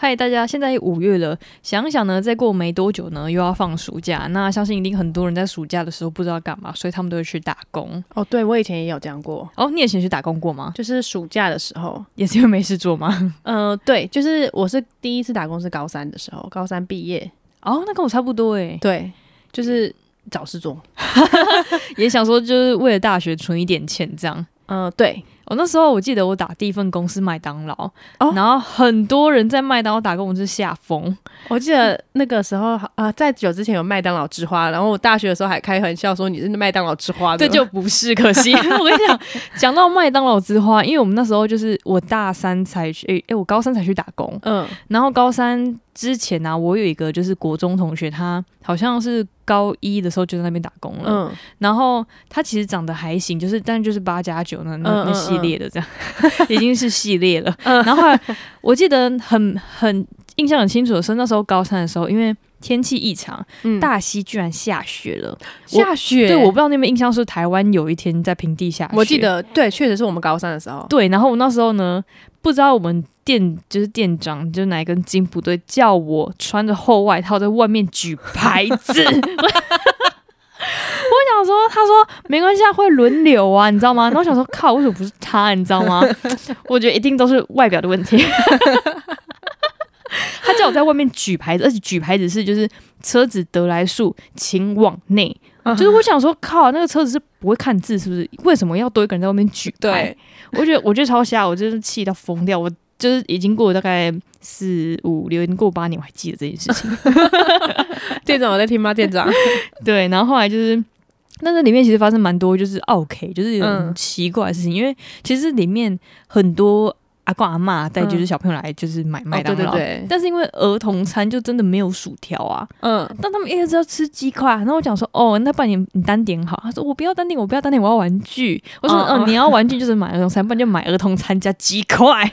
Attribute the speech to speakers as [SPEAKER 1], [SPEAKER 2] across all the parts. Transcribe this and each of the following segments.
[SPEAKER 1] 嗨，大家，现在五月了，想一想呢，再过没多久呢，又要放暑假。那相信一定很多人在暑假的时候不知道干嘛，所以他们都会去打工。
[SPEAKER 2] 哦，对我以前也有这样过，
[SPEAKER 1] 哦，你以前去打工过吗？
[SPEAKER 2] 就是暑假的时候，
[SPEAKER 1] 也是因为没事做吗？
[SPEAKER 2] 呃，对，就是我是第一次打工是高三的时候，高三毕业，
[SPEAKER 1] 哦，那跟我差不多诶，
[SPEAKER 2] 对，就是找事做，
[SPEAKER 1] 也想说就是为了大学存一点钱这样。
[SPEAKER 2] 呃，对，
[SPEAKER 1] 我、那时候我记得我打第一份工是麦当劳，
[SPEAKER 2] 哦
[SPEAKER 1] 然后很多人在麦当劳打工，我是吓疯。
[SPEAKER 2] 我记得那个时候啊、呃在久之前有麦当劳之花，然后我大学的时候还开玩笑说你是麦当劳之花的，
[SPEAKER 1] 这就不是，可惜。我跟你讲，讲到麦当劳之花，因为我们那时候就是我大三才去，诶、诶、我高三才去打工，
[SPEAKER 2] 嗯
[SPEAKER 1] 然后高三之前呢、啊，我有一个就是国中同学，他好像是高一的时候就在那边打 工了，
[SPEAKER 2] 嗯，
[SPEAKER 1] 然后他其实长得还行，就是但就是八加九那那
[SPEAKER 2] 嗯嗯
[SPEAKER 1] 那
[SPEAKER 2] 嗯
[SPEAKER 1] 系列的这样， 已经是系列 了。然后后来我记得很很印象很清楚的是，那时候高三的时候，因为天气异常，
[SPEAKER 2] 嗯
[SPEAKER 1] 大溪居然下雪了。我
[SPEAKER 2] 下雪，
[SPEAKER 1] 对，我不知道你有没有印象，是台湾有一天在平地下雪，
[SPEAKER 2] 我记。得，对，确实是我们高三的时候，
[SPEAKER 1] 对，然后我那时候呢，不知道我们店就是店长，就是哪一根筋不对，叫我穿着厚外套在外面举牌子。 我想说，他说没关系，啊，会轮流啊，你知道吗？然后我想说，靠，为什么不是他？你知道吗？我觉得一定都是外表的问题。 他叫我在外面举牌子，而且举牌子是就是车子得来速，请往内。就是我想说，靠，那个车子是不会看字，是不是？为什么要多一个人在外面举牌？
[SPEAKER 2] 对，
[SPEAKER 1] 我觉得我觉得超瞎，我真是气到疯掉。我就是已经过了大概四五六，已经过八年，我还记得这件事情。
[SPEAKER 2] 店长有在听吗？店长，
[SPEAKER 1] 对，然后后来就是，但是里面其实发生蛮多就是 OK，就是有很
[SPEAKER 2] 嗯
[SPEAKER 1] 奇怪的事情，因为其实里面很多阿公阿妈带就是
[SPEAKER 2] 嗯
[SPEAKER 1] 小朋友来就是买 麦
[SPEAKER 2] 哦，对
[SPEAKER 1] 当
[SPEAKER 2] 对
[SPEAKER 1] 劳。
[SPEAKER 2] 对，
[SPEAKER 1] 但是因为儿童餐就真的没有薯条啊，
[SPEAKER 2] 嗯，
[SPEAKER 1] 但他们一直要吃鸡块，然后我讲说，哦，那不然你你单点好，他说我不要单点，我不要单点，我要玩具。我说，
[SPEAKER 2] 哦
[SPEAKER 1] 嗯、
[SPEAKER 2] 哦
[SPEAKER 1] 你要玩具就是买儿童餐，不然就买儿童餐加鸡 块。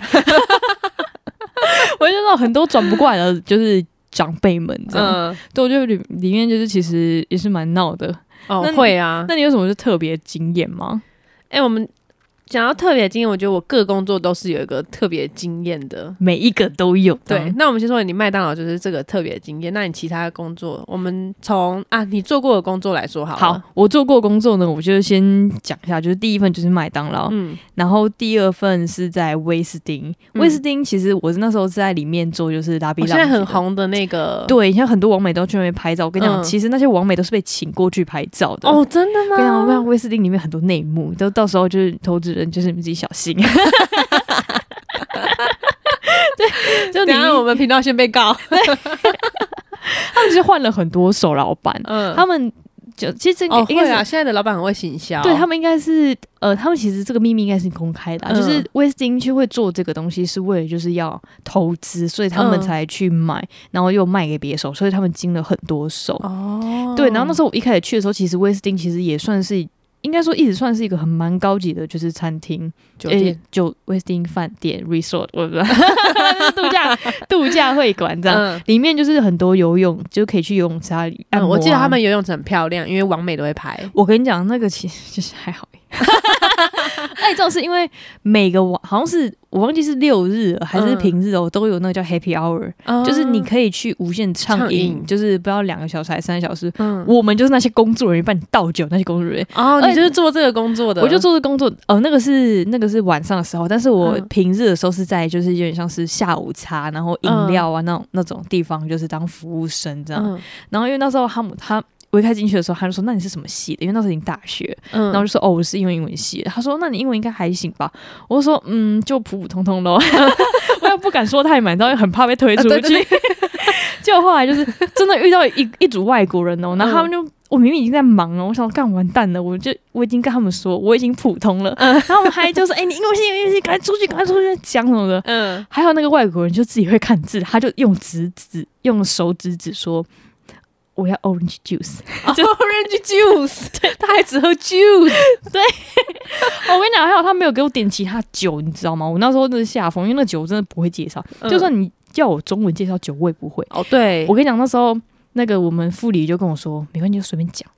[SPEAKER 1] 我就那种很多转不过来的，就是长辈们这样。
[SPEAKER 2] 嗯，
[SPEAKER 1] 对，我觉得里里面就是其实也是蛮闹的。那
[SPEAKER 2] 哦，
[SPEAKER 1] 你
[SPEAKER 2] 会啊，
[SPEAKER 1] 那你有什么是特别经验吗？
[SPEAKER 2] 哎、我们讲到特别经验，我觉得我各工作都是有一个特别经验的。
[SPEAKER 1] 每一个都有。
[SPEAKER 2] 对，
[SPEAKER 1] 嗯
[SPEAKER 2] 那我们先说你麦当劳就是这个特别经验，那你其他的工作，我们从啊你做过的工作来说好了。啊
[SPEAKER 1] 好，我做过工作呢，我就先讲一下，就是第一份就是麦当劳，
[SPEAKER 2] 嗯
[SPEAKER 1] 然后第二份是在威斯汀。
[SPEAKER 2] 嗯
[SPEAKER 1] 威斯汀其实我是那时候是在里面做，就是拉比
[SPEAKER 2] 我
[SPEAKER 1] 拉，
[SPEAKER 2] 现在很。红的那个，
[SPEAKER 1] 对，现在很多网美都去那边拍照。我跟你讲，
[SPEAKER 2] 嗯
[SPEAKER 1] 其实那些网美都是被请过去拍照的。
[SPEAKER 2] 哦，真的吗？
[SPEAKER 1] 跟你讲，我跟你讲，威斯汀里面很多内幕，都到时候就是投资人，就是你们自己小 心。对，就你
[SPEAKER 2] 等一下我们频道先被 告。
[SPEAKER 1] 他们其实换了很多手老板，
[SPEAKER 2] 嗯，
[SPEAKER 1] 他们就其实这个
[SPEAKER 2] 哦
[SPEAKER 1] 应该
[SPEAKER 2] 会
[SPEAKER 1] 是、
[SPEAKER 2] 啊，现在的老板很会行销。
[SPEAKER 1] 对他们应该是呃，他们其实这个秘密应该是公开的啊、
[SPEAKER 2] 嗯
[SPEAKER 1] 就是威斯汀去会做这个东西是为了就是要投资，所以他们
[SPEAKER 2] 嗯
[SPEAKER 1] 才去买，然后又卖给别手，所以他们经了很多手。
[SPEAKER 2] 哦，
[SPEAKER 1] 对，然后那时候我一开始去的时候，其实威斯汀其实也算是。应该说一直算是一个很蛮高级的，就是餐厅、
[SPEAKER 2] 酒
[SPEAKER 1] 诶
[SPEAKER 2] 店，
[SPEAKER 1] 酒威斯汀饭店 resort，我不知道， 度假度假会馆这样，
[SPEAKER 2] 嗯
[SPEAKER 1] 里面就是很多游泳，就可以去游泳池啊里按
[SPEAKER 2] 嗯，
[SPEAKER 1] 摩啊、
[SPEAKER 2] 我记得他们游泳池很漂亮，因为王美都会拍。
[SPEAKER 1] 我跟你讲，那个其实就是还好。 哎，这种是因为每个晚好像是我忘记是六日了还是
[SPEAKER 2] 嗯
[SPEAKER 1] 平日哦，都有那个叫 Happy Hour，、就是你可以去无限畅
[SPEAKER 2] 哦畅
[SPEAKER 1] 饮，
[SPEAKER 2] 饮
[SPEAKER 1] 就是不要两个小时还是三个小时。
[SPEAKER 2] 嗯，
[SPEAKER 1] 我们就是那些工作人员帮你倒酒，那些工作人员，
[SPEAKER 2] 哦，
[SPEAKER 1] 哎
[SPEAKER 2] 你就是做这个工作的，
[SPEAKER 1] 我就做的工作，呃，那个是那个是晚上的时候，但是我
[SPEAKER 2] 嗯
[SPEAKER 1] 平日的时候是在就是有点像是下午茶，然后饮
[SPEAKER 2] 嗯
[SPEAKER 1] 料啊、那种那种地方，就是当服务生这样。
[SPEAKER 2] 嗯
[SPEAKER 1] 然后因为那时候他们他我一开始进去的时候，他就说那你是什么系的？因为那时候已经大学，
[SPEAKER 2] 嗯，
[SPEAKER 1] 然后就说哦，我是英文英文系的。他说那你英文应该还行吧？我就说嗯，就普普通通咯。 我也不敢说太满，你知道，因为很怕被推出去。
[SPEAKER 2] 啊对对
[SPEAKER 1] 结果后来就是真的遇到一一组外国人
[SPEAKER 2] 嗯
[SPEAKER 1] 哦，然后他们就。我明明已经在忙了，哦我想干完蛋了，我就我已经跟他们说我已经普通
[SPEAKER 2] 嗯
[SPEAKER 1] 了，然后我们还就说哎、你英文系英文系，赶快出去，赶快出去讲什么的。
[SPEAKER 2] 嗯，
[SPEAKER 1] 还有那个外国人就自己会看字，他就用指指用手指指说我要 orange juice，
[SPEAKER 2] orange juice，对，他还只喝 juice。
[SPEAKER 1] 哦我跟你讲，还好他没有给我点其他酒，你知道吗？我那时候真的吓疯，因为那酒我真的不会介绍，就算你叫我中文介绍酒，我也不会。
[SPEAKER 2] 嗯哦，对
[SPEAKER 1] 我，跟你讲，那时候那个我们副理就跟我说，没关系，就随便讲。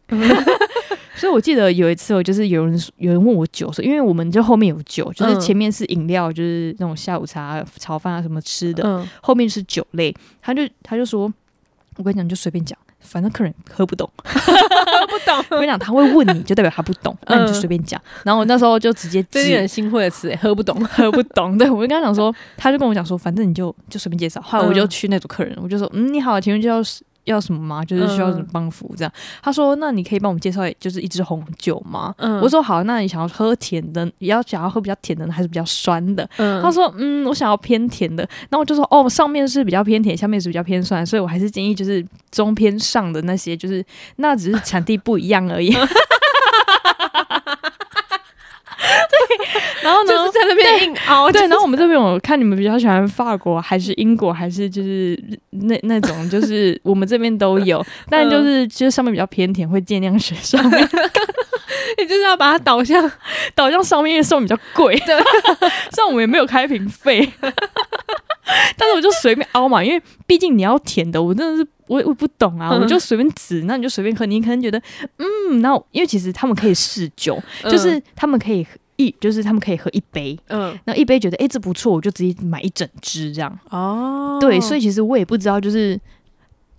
[SPEAKER 1] 所以我记得有一次，我就是有人有人问我酒，因为我们就后面有酒，就是前面是饮料，就是那种下午茶、炒饭啊什么吃的，
[SPEAKER 2] 嗯，
[SPEAKER 1] 后面是酒类，他就他就说，我跟你讲，你就随便讲，反正客人喝不懂。
[SPEAKER 2] 不懂，
[SPEAKER 1] 我跟 你讲，他会问你就代表他不懂，那你就随便讲。然后我那时候就直接
[SPEAKER 2] 这是
[SPEAKER 1] 指
[SPEAKER 2] 很新会的词，喝不懂，
[SPEAKER 1] 喝不懂， 对我就跟他讲说，他就跟我讲说，反正你就就随便介绍。后来我就
[SPEAKER 2] 嗯
[SPEAKER 1] 去那组客人，我就说，嗯，你好，请问就要要什么吗？就是需要什么
[SPEAKER 2] 嗯
[SPEAKER 1] 帮扶这样。他说，那你可以帮我们介绍，就是一支红酒吗？
[SPEAKER 2] 嗯
[SPEAKER 1] 我，说好，那你想要喝甜的，也要想要喝比较甜的呢，还是比较酸的？
[SPEAKER 2] 嗯
[SPEAKER 1] 他说嗯，我想要偏甜的。然后我就说哦，上面是比较偏甜，下面是比较偏酸，所以我还是建议就是中偏上的那些，就是那只是产地不一样而已。对，然后呢？
[SPEAKER 2] 就是在那边硬凹，
[SPEAKER 1] 对，
[SPEAKER 2] 哦就是
[SPEAKER 1] 然后我们这边我看你们比较喜欢法国还是英国还是就是那那种，就是我们这边都 有，但就是
[SPEAKER 2] 嗯
[SPEAKER 1] 就是上面比较偏甜，会尽量选上面
[SPEAKER 2] 你就是要 把它导向，
[SPEAKER 1] 导向上面，因为上面比较贵。
[SPEAKER 2] 对，
[SPEAKER 1] 像我们也没有开瓶费， 但是我就随便凹嘛，因为毕竟你要甜的，我真的是我我不懂啊，
[SPEAKER 2] 嗯
[SPEAKER 1] 我就随便指，那你就随便喝，你可能觉得嗯，然后因为其实他们可以试酒，就是他们可以一就是他们可以喝一杯。
[SPEAKER 2] 嗯
[SPEAKER 1] 那一杯觉得诶哎这不错，我就直接买一整支这样。
[SPEAKER 2] 哦
[SPEAKER 1] 对，所
[SPEAKER 2] 以
[SPEAKER 1] 以其实我也不知道，就是，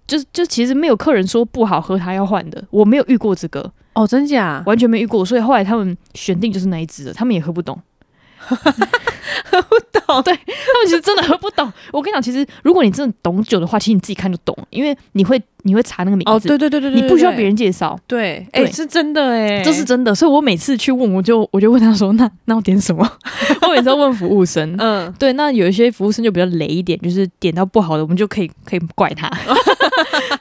[SPEAKER 1] 就就其实没有客人说不好喝，他要换的，我没有遇过这个，
[SPEAKER 2] 哦，真假
[SPEAKER 1] 完全没遇过，所以后来他们选定就是那一支的，他们也喝不懂，喝不懂，对他们其实真的喝不懂。我跟你讲，其实如果你真的懂酒的话，其实你自己看就懂，因为你会你会查那个名字，
[SPEAKER 2] 哦，对对对对对，
[SPEAKER 1] 你不需要别
[SPEAKER 2] 人
[SPEAKER 1] 人介绍，
[SPEAKER 2] 对，哎，
[SPEAKER 1] 对
[SPEAKER 2] 是真的哎，
[SPEAKER 1] 这是真的。所以我每次去问，我就我就问他说，那那我点 什么？ 我每次都问服务生，
[SPEAKER 2] 嗯，
[SPEAKER 1] 对，那有一些服务生就比较雷一点，就是点到不好的，我们就可以可以怪他，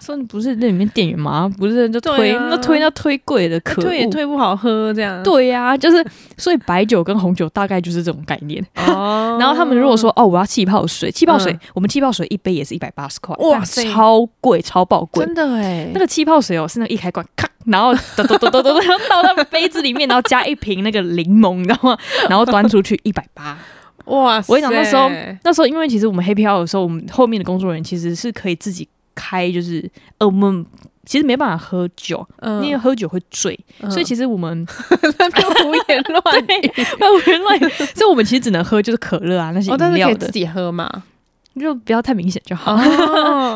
[SPEAKER 1] 说你不是那里面店员吗？不是就推、
[SPEAKER 2] 对啊
[SPEAKER 1] 那推那推贵的，可恶。
[SPEAKER 2] 退也退不好喝这样，
[SPEAKER 1] 对呀、就是所以白酒跟红酒大概就是这种概念。
[SPEAKER 2] 哦，
[SPEAKER 1] 然后他们如果说哦，我要气泡水，气泡水、
[SPEAKER 2] 嗯
[SPEAKER 1] 我们气泡水一杯也是一百八十块，
[SPEAKER 2] 哇
[SPEAKER 1] 哇，
[SPEAKER 2] 塞
[SPEAKER 1] 超贵，超爆贵。
[SPEAKER 2] 真的哎，
[SPEAKER 1] 那个气泡水哦，是那个一开罐，咔，然后嘟嘟嘟嘟嘟，然后倒到杯子里面，然后加一瓶那个柠檬，你知道吗？然后端出去一百八，
[SPEAKER 2] 个哇塞，
[SPEAKER 1] 我跟你讲那时候那时候因为其实我们 Happy Hour 的时候，我们后面的工作人员其实是可以自己开，就是呃我们。其实没办法喝酒，
[SPEAKER 2] 嗯
[SPEAKER 1] 因为喝酒会醉，
[SPEAKER 2] 嗯
[SPEAKER 1] 所以其实我们
[SPEAKER 2] 那边胡言乱语。
[SPEAKER 1] 我原来，所以我们其实只能喝就是可乐啊那些
[SPEAKER 2] 哦，但
[SPEAKER 1] 饮
[SPEAKER 2] 是可
[SPEAKER 1] 料
[SPEAKER 2] 以
[SPEAKER 1] 的
[SPEAKER 2] 自，己喝嘛？
[SPEAKER 1] 就不要太明显就好。
[SPEAKER 2] 哦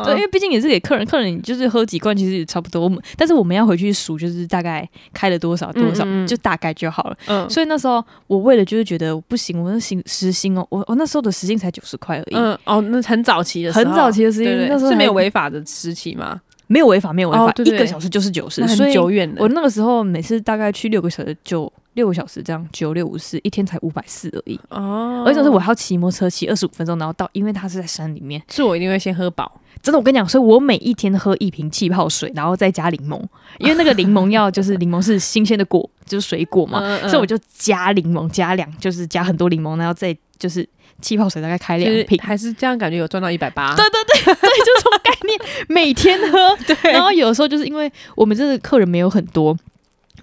[SPEAKER 1] 对，因为毕竟也是给客人，客人就是喝几罐其实也差不多。我们但是我们要回去数，就是大概开了多少多少，
[SPEAKER 2] 嗯嗯嗯
[SPEAKER 1] 就大概就好了。
[SPEAKER 2] 嗯
[SPEAKER 1] 所以那时候我为了就是觉得不行，我那时薪时薪哦，我我那时候的时薪才九十块而已，
[SPEAKER 2] 嗯，哦，那很早期的时候，
[SPEAKER 1] 很早期的时
[SPEAKER 2] 对
[SPEAKER 1] 薪，
[SPEAKER 2] 对
[SPEAKER 1] 那时候
[SPEAKER 2] 是没有
[SPEAKER 1] 还
[SPEAKER 2] 违法的时期嘛，
[SPEAKER 1] 没有违法，没有违法，
[SPEAKER 2] 哦对对
[SPEAKER 1] 一个小时就是九十
[SPEAKER 2] 那，
[SPEAKER 1] 所
[SPEAKER 2] 很
[SPEAKER 1] 以
[SPEAKER 2] 久远了
[SPEAKER 1] 我。那个时候每次大概去六个小时，就六个小时这样，九六五四，一天才五百四而已。
[SPEAKER 2] 哦
[SPEAKER 1] 而且是我还要骑摩托车骑二十五分钟，然后到，因为它是在山里面，
[SPEAKER 2] 是我一定会先喝饱，
[SPEAKER 1] 真的，我跟你讲，所以我每一天喝一瓶气泡水，然后再加柠檬， 因为那个柠檬要就是柠檬是新鲜的
[SPEAKER 2] 嗯
[SPEAKER 1] 果，就是水果嘛，
[SPEAKER 2] 嗯嗯
[SPEAKER 1] 所以我就加柠檬加两，就是加很多柠檬，然后再就是气泡水大概开两
[SPEAKER 2] 就是
[SPEAKER 1] 瓶，
[SPEAKER 2] 还是这样感觉有赚到一百八。
[SPEAKER 1] 对对对对，就这种概念，每天喝。
[SPEAKER 2] 对
[SPEAKER 1] 然后有时候就是因为我们这个客人没有很多，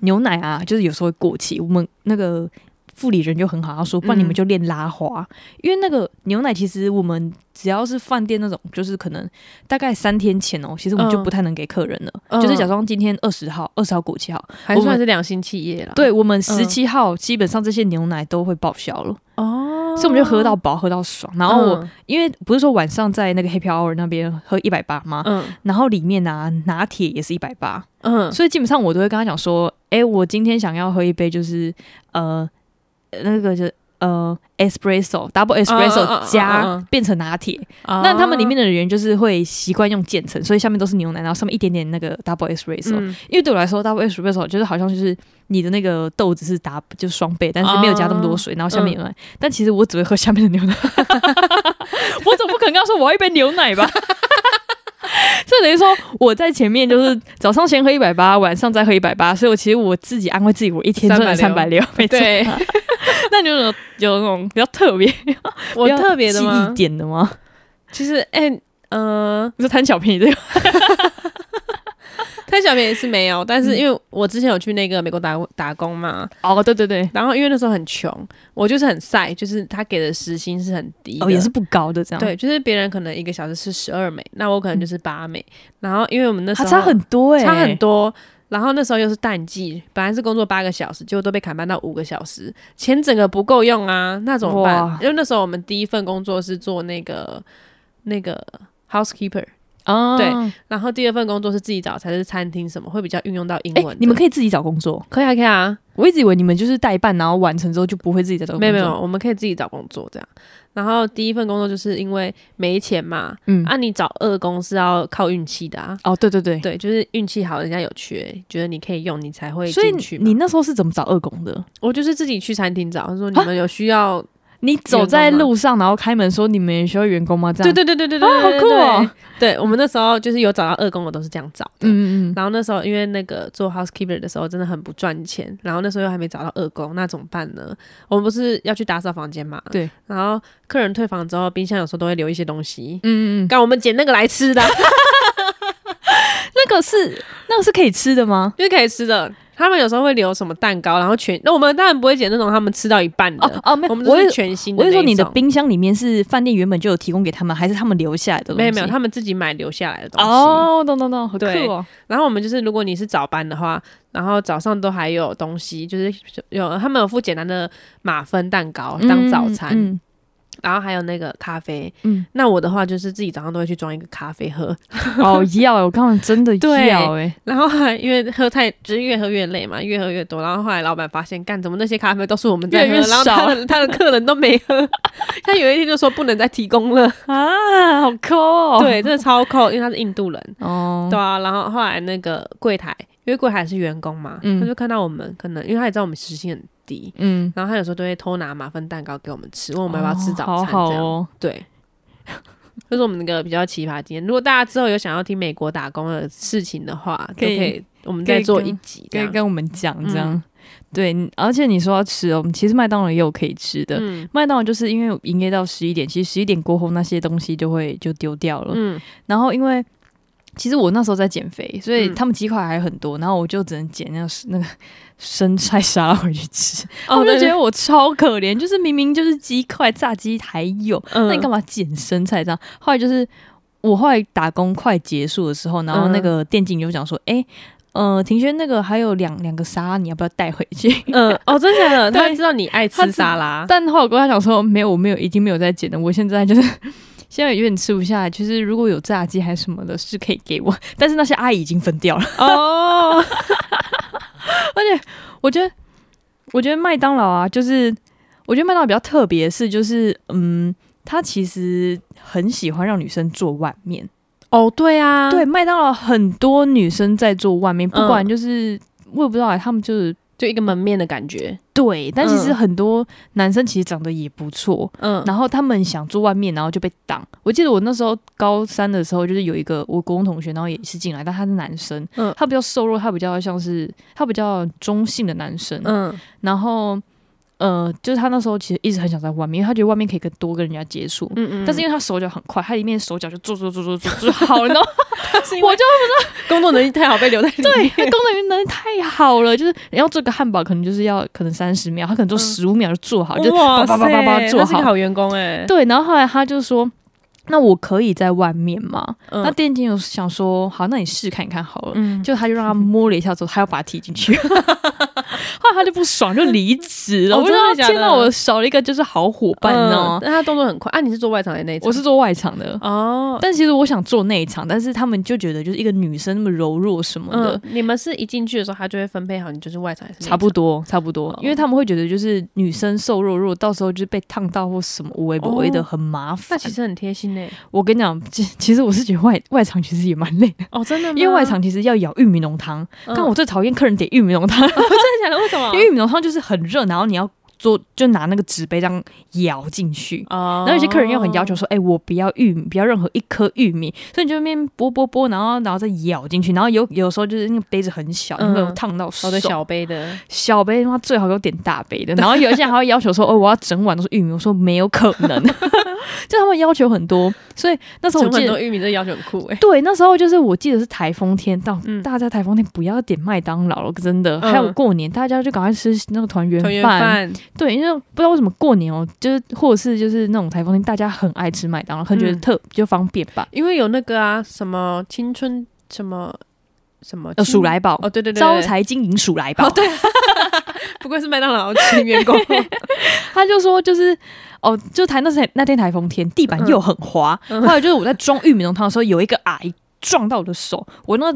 [SPEAKER 1] 牛奶啊，就是有时候会过期。我们那个副理人就很好，他说，不然你们
[SPEAKER 2] 嗯
[SPEAKER 1] 就练拉花，因为那个牛奶其实我们只要是饭店那种，就是可能大概三天前哦，其实我们就
[SPEAKER 2] 嗯
[SPEAKER 1] 不太能给客人了，
[SPEAKER 2] 嗯
[SPEAKER 1] 就是假装今天二十号，二十号过期号，
[SPEAKER 2] 还算是良心企业啦。
[SPEAKER 1] 对我们十七号基本上这些牛奶都会报销了，
[SPEAKER 2] 哦，
[SPEAKER 1] 所以我们就喝到饱，喝到爽。然后我、
[SPEAKER 2] 嗯
[SPEAKER 1] 因为不是说晚上在那个 Happy Hour 那边喝一百八吗？
[SPEAKER 2] 嗯
[SPEAKER 1] 然后里面啊拿铁也是一百八，
[SPEAKER 2] 嗯
[SPEAKER 1] 所以基本上我都会跟他讲说，哎、我今天想要喝一杯就是呃那个就是呃 espresso double
[SPEAKER 2] 嗯嗯
[SPEAKER 1] espresso
[SPEAKER 2] 嗯
[SPEAKER 1] 加
[SPEAKER 2] 嗯
[SPEAKER 1] 变成拿铁。
[SPEAKER 2] 哦
[SPEAKER 1] 那他们里面的人就是会习惯用渐层，所以下面都是牛奶，然后上面一点点那个 double espresso。
[SPEAKER 2] 嗯
[SPEAKER 1] 因为对我来说，double espresso 就是好像就是你的那个豆子是打就是双倍，但是没有加那么多水，然后下面有牛奶。但其实我只会喝下面的牛奶， 我总不可能跟他说我要一杯牛奶吧？ 这等于说我在前面就是早上先喝一百八，晚上再喝一百八，所以我其实我自己安慰自己，我一天赚了三百 六，没错。
[SPEAKER 2] 对，
[SPEAKER 1] 那你有有有那种比较特 别、
[SPEAKER 2] 我
[SPEAKER 1] 比较
[SPEAKER 2] 特别的
[SPEAKER 1] 记
[SPEAKER 2] 吗
[SPEAKER 1] 忆？点的吗？
[SPEAKER 2] 其实哎嗯，
[SPEAKER 1] 你说贪小便宜这个？
[SPEAKER 2] 贪小便宜是没有，但是因为我之前有去那个美国打打工嘛，
[SPEAKER 1] 哦，对对对，
[SPEAKER 2] 然后因为那时候很穷，我就是很晒，就是他给的时薪是很低的，
[SPEAKER 1] 哦也是不高的这样，
[SPEAKER 2] 对，就是别人可能一个小时是十二美，那我可能就是八美，然后因为我们那
[SPEAKER 1] 它
[SPEAKER 2] 时候
[SPEAKER 1] 嗯啊差很多哎、
[SPEAKER 2] 差很多。然后那时候又是淡季，本来是工作八个小时，结果都被砍半到五个小时，钱整个不够用啊，那怎么办
[SPEAKER 1] 哇？
[SPEAKER 2] 因为那时候我们第一份工作是做那个那个 housekeeper，
[SPEAKER 1] 啊
[SPEAKER 2] 对
[SPEAKER 1] 哎、
[SPEAKER 2] 然后第二份工作是自己找，才是餐厅什么，会比较运用到英文的、
[SPEAKER 1] 哎你们可以自己找工作，
[SPEAKER 2] 可以啊，可以啊，
[SPEAKER 1] 我一直以为你们就是代办，然后完成之后就不会自己再找工
[SPEAKER 2] 没
[SPEAKER 1] 作。
[SPEAKER 2] 有没有，，我们可以自己找工作这样。然后第一份工作就是因为没钱嘛，
[SPEAKER 1] 嗯，
[SPEAKER 2] 啊，你找二工是要靠运气的啊。
[SPEAKER 1] 哦，对对对，
[SPEAKER 2] 对，就是运气好，人家有缺，觉得你可以用，你才会
[SPEAKER 1] 所以
[SPEAKER 2] 进去嘛。
[SPEAKER 1] 你那时候是怎么找二工的？
[SPEAKER 2] 我就是自己去餐厅找，他说
[SPEAKER 1] 啊
[SPEAKER 2] 你们有需要，
[SPEAKER 1] 你走在路上，然后开门说：“你们也需要员工吗？”这样
[SPEAKER 2] 对对对对对对，
[SPEAKER 1] 啊好
[SPEAKER 2] 对
[SPEAKER 1] 酷哦！
[SPEAKER 2] 对对我们那时候就是有找到二工，我都是这样找
[SPEAKER 1] 嗯
[SPEAKER 2] 的。
[SPEAKER 1] 嗯嗯，
[SPEAKER 2] 然后那时候因为那个做 housekeeper 的时候真的很不赚钱，然后那时候又还没找到二工，那怎么办呢？我们不是要去打扫房间嘛？
[SPEAKER 1] 对。
[SPEAKER 2] 然后客人退房之后，冰箱有时候都会留一些东西，
[SPEAKER 1] 嗯嗯嗯，
[SPEAKER 2] 干我们捡那个来吃的啊，
[SPEAKER 1] 那个是那个是可以吃的吗？
[SPEAKER 2] 就是可以吃的。他们有时候会留什么蛋糕，然后全那我们当然不会捡那种他们吃到一半的，
[SPEAKER 1] 哦哦，没有，
[SPEAKER 2] 我们
[SPEAKER 1] 我
[SPEAKER 2] 都是
[SPEAKER 1] 是
[SPEAKER 2] 全新的
[SPEAKER 1] 我
[SPEAKER 2] 那
[SPEAKER 1] 是
[SPEAKER 2] 一种。
[SPEAKER 1] 说你的冰箱里面是饭店原本就有提供给他们，还是他们留下来的东西？
[SPEAKER 2] 没有没有，他们自己买留下来的东西。
[SPEAKER 1] 哦，懂懂懂，好酷
[SPEAKER 2] 对
[SPEAKER 1] 哦，
[SPEAKER 2] 然后我们就是，如果你是早班的话，然后早上都还有东西，就是有他们有附简单的马芬蛋糕哦当早餐，
[SPEAKER 1] 嗯
[SPEAKER 2] 然后还有那个咖啡。
[SPEAKER 1] 嗯，
[SPEAKER 2] 那我的话就是自己早上都会去装一个咖啡喝，
[SPEAKER 1] 嗯哦要欸，我刚刚真的
[SPEAKER 2] 对
[SPEAKER 1] 要哎，
[SPEAKER 2] 然后后来因为喝太就是越喝越累嘛，越喝越多，然后后来老板发现，干怎么那些咖啡都是我们在喝，
[SPEAKER 1] 越来越
[SPEAKER 2] 然后
[SPEAKER 1] 少
[SPEAKER 2] 他的 他的客人都没喝，他有一天就说不能再提 供了，
[SPEAKER 1] 啊，好酷哦，
[SPEAKER 2] 对，真的超扣，因为他是印度人，
[SPEAKER 1] 哦，
[SPEAKER 2] 对啊，然后后来那个柜台，因为柜台是员工嘛，
[SPEAKER 1] 嗯
[SPEAKER 2] 他就看到我们可能，因为他也知道我们时薪很低，
[SPEAKER 1] 嗯，
[SPEAKER 2] 然后他有时候都会偷拿马芬蛋糕给我们吃，问我们要不要吃早
[SPEAKER 1] 哦
[SPEAKER 2] 餐
[SPEAKER 1] 好
[SPEAKER 2] 这样。
[SPEAKER 1] 好哦，
[SPEAKER 2] 对， 就是我们那个比较奇葩经验。如果大家之后有想要听美国打工的事情的话，
[SPEAKER 1] 可以
[SPEAKER 2] 就可以我们再做一集
[SPEAKER 1] 可
[SPEAKER 2] 这
[SPEAKER 1] 以
[SPEAKER 2] 样。
[SPEAKER 1] 跟我们讲这样。
[SPEAKER 2] 嗯
[SPEAKER 1] 对，而且你说要吃哦，我们其实麦当劳也有可以吃的。
[SPEAKER 2] 嗯
[SPEAKER 1] 麦当劳就是因为营业到十一点，其实十一点过后那些东西就会就丢掉了。
[SPEAKER 2] 嗯
[SPEAKER 1] 然后因为其实我那时候在减肥，所以
[SPEAKER 2] 嗯
[SPEAKER 1] 他们鸡块还很多，然后我就只能捡那个那个生菜沙拉回去吃。
[SPEAKER 2] 哦，
[SPEAKER 1] 我
[SPEAKER 2] 对
[SPEAKER 1] 就觉得我超可怜，就是明明就是鸡块、炸鸡还有，
[SPEAKER 2] 嗯
[SPEAKER 1] 那你干嘛捡生菜这样？后来就是我后来打工快结束的时候，然后那个店经理就讲说：“哎、呃，庭轩那个还有两两个沙拉，你要不要带回去？”
[SPEAKER 2] 嗯哦，真的假 的？
[SPEAKER 1] 对
[SPEAKER 2] 他知道你爱
[SPEAKER 1] 他
[SPEAKER 2] 吃
[SPEAKER 1] 知
[SPEAKER 2] 沙拉，
[SPEAKER 1] 但后来我跟他讲说，没有，我没有，已经没有在减了。我现在就是 现在有点吃不下来，就是如果有炸鸡还是什么的，是可以给我。 但是那些阿姨已经分掉了，
[SPEAKER 2] 哦，
[SPEAKER 1] 我觉得，我觉得麦当劳啊，就是我觉得麦当劳比较特别的是，就是嗯，他其实很喜欢让女生做碗面。
[SPEAKER 2] 哦，对啊，
[SPEAKER 1] 对，，麦当劳很多女生在做外面，不
[SPEAKER 2] 嗯
[SPEAKER 1] 管就是、我也不知道、欸，他们就是
[SPEAKER 2] 就一个门面的感觉，
[SPEAKER 1] 对，但其实
[SPEAKER 2] 嗯
[SPEAKER 1] 很多男生其实长得也不错，
[SPEAKER 2] 嗯
[SPEAKER 1] 然后他们想做外面，然后就被挡。我记得我那时候高三的时候，就是有一个我国中同学，然后也是进来，但他是男生，
[SPEAKER 2] 嗯
[SPEAKER 1] 他比较瘦弱，他比较像是他比较中性的男生，
[SPEAKER 2] 嗯。
[SPEAKER 1] 然后。呃，就是他那时候其实一直很想在外面，因为他觉得外面可以跟多跟人家接触，
[SPEAKER 2] 嗯嗯，
[SPEAKER 1] 但是因为他手脚很快，他里面手脚就做做做做做做好了，然后
[SPEAKER 2] 我就 工作能力太好被留在里面。
[SPEAKER 1] 对， 他 功能能力太好了，就是你要做个汉堡，可能就是要可能三十秒，他可能做
[SPEAKER 2] 嗯
[SPEAKER 1] 十五秒就做好，就
[SPEAKER 2] 哇
[SPEAKER 1] 叭叭叭叭叭
[SPEAKER 2] 塞
[SPEAKER 1] 做
[SPEAKER 2] 那是个
[SPEAKER 1] 好
[SPEAKER 2] 好员工哎、
[SPEAKER 1] 对。然后后来他就说：“那我可以在外面吗？”
[SPEAKER 2] 嗯
[SPEAKER 1] 那店经理想说：“好，那你试看看好了。
[SPEAKER 2] 嗯，
[SPEAKER 1] 就他就让他摸了一下之后，他要把他踢进 去，后来他就不爽就离职了。
[SPEAKER 2] 哦
[SPEAKER 1] 我就说
[SPEAKER 2] 真的假
[SPEAKER 1] 天哪，
[SPEAKER 2] 的
[SPEAKER 1] 我少了一个就是好伙伴，你知道吗
[SPEAKER 2] 嗯？但他动作很快啊！你是做外场的那一种，
[SPEAKER 1] 我是做外场的，
[SPEAKER 2] 哦，
[SPEAKER 1] 但其实我想做内场，但是他们就觉得就是一个女生那么柔弱什么的
[SPEAKER 2] 嗯，，你们是一进去的时候，他就会分配好，你就是外场还是内场
[SPEAKER 1] 差不多，差不多
[SPEAKER 2] 哦，
[SPEAKER 1] 因为他们会觉得就是女生瘦弱弱，到时候就是被烫到或什么无微不微的，
[SPEAKER 2] 哦
[SPEAKER 1] 很麻烦。
[SPEAKER 2] 那其实很贴心哎、
[SPEAKER 1] 我跟你讲，其其实我是觉得外外场其实也蛮累 的，
[SPEAKER 2] 哦，真的吗？
[SPEAKER 1] 因为外场其实要舀玉米浓汤，
[SPEAKER 2] 嗯，哦
[SPEAKER 1] 但我最讨厌客人点玉米浓汤，
[SPEAKER 2] 我真的假的？为什么？
[SPEAKER 1] 因为玉米浓汤就是很热，然后你要做就拿那个纸杯这样舀进去。
[SPEAKER 2] 哦
[SPEAKER 1] 然后有些客人又很要求，说：“哎、我不要玉米，不要任何一颗玉米。”所以你就在那边拨拨拨，然后然后再舀进去。然后有有时候就是那个杯子很小，你会有
[SPEAKER 2] 嗯
[SPEAKER 1] 烫到手。
[SPEAKER 2] 哦对小杯的，
[SPEAKER 1] 小杯他妈最好给我点大杯的，然后有一些人还会要求说，哦，我要整碗都是玉米，我说没有可 能， 就他们要求很多，所以那时候我
[SPEAKER 2] 整
[SPEAKER 1] 记
[SPEAKER 2] 很多
[SPEAKER 1] 得，
[SPEAKER 2] 玉米这要求很酷哎、
[SPEAKER 1] 对，那时候就是我记得是台风天，到、
[SPEAKER 2] 嗯
[SPEAKER 1] 大家台风天不要点麦当劳了，真的，
[SPEAKER 2] 嗯
[SPEAKER 1] 还有过年大家就赶快吃那个团圆
[SPEAKER 2] 团圆
[SPEAKER 1] 饭，
[SPEAKER 2] 饭，
[SPEAKER 1] 对，因为不知道为什么过年哦，就是或者是就是那种台风天，大家很爱吃麦当劳，很觉得
[SPEAKER 2] 嗯
[SPEAKER 1] 特、就方便吧，
[SPEAKER 2] 因为有那个啊，什么青春什么什么
[SPEAKER 1] 呃，
[SPEAKER 2] 金
[SPEAKER 1] 鼠来宝，
[SPEAKER 2] 哦，对对对，对
[SPEAKER 1] 招。财金银鼠来宝。
[SPEAKER 2] 哦对不愧是麦当劳请员 工，
[SPEAKER 1] 他就说就是哦，就台那天那天台风天，地板又很滑。
[SPEAKER 2] 嗯嗯
[SPEAKER 1] 后来就是我在装玉米浓汤的时候，有一个阿姨撞到我的手，我那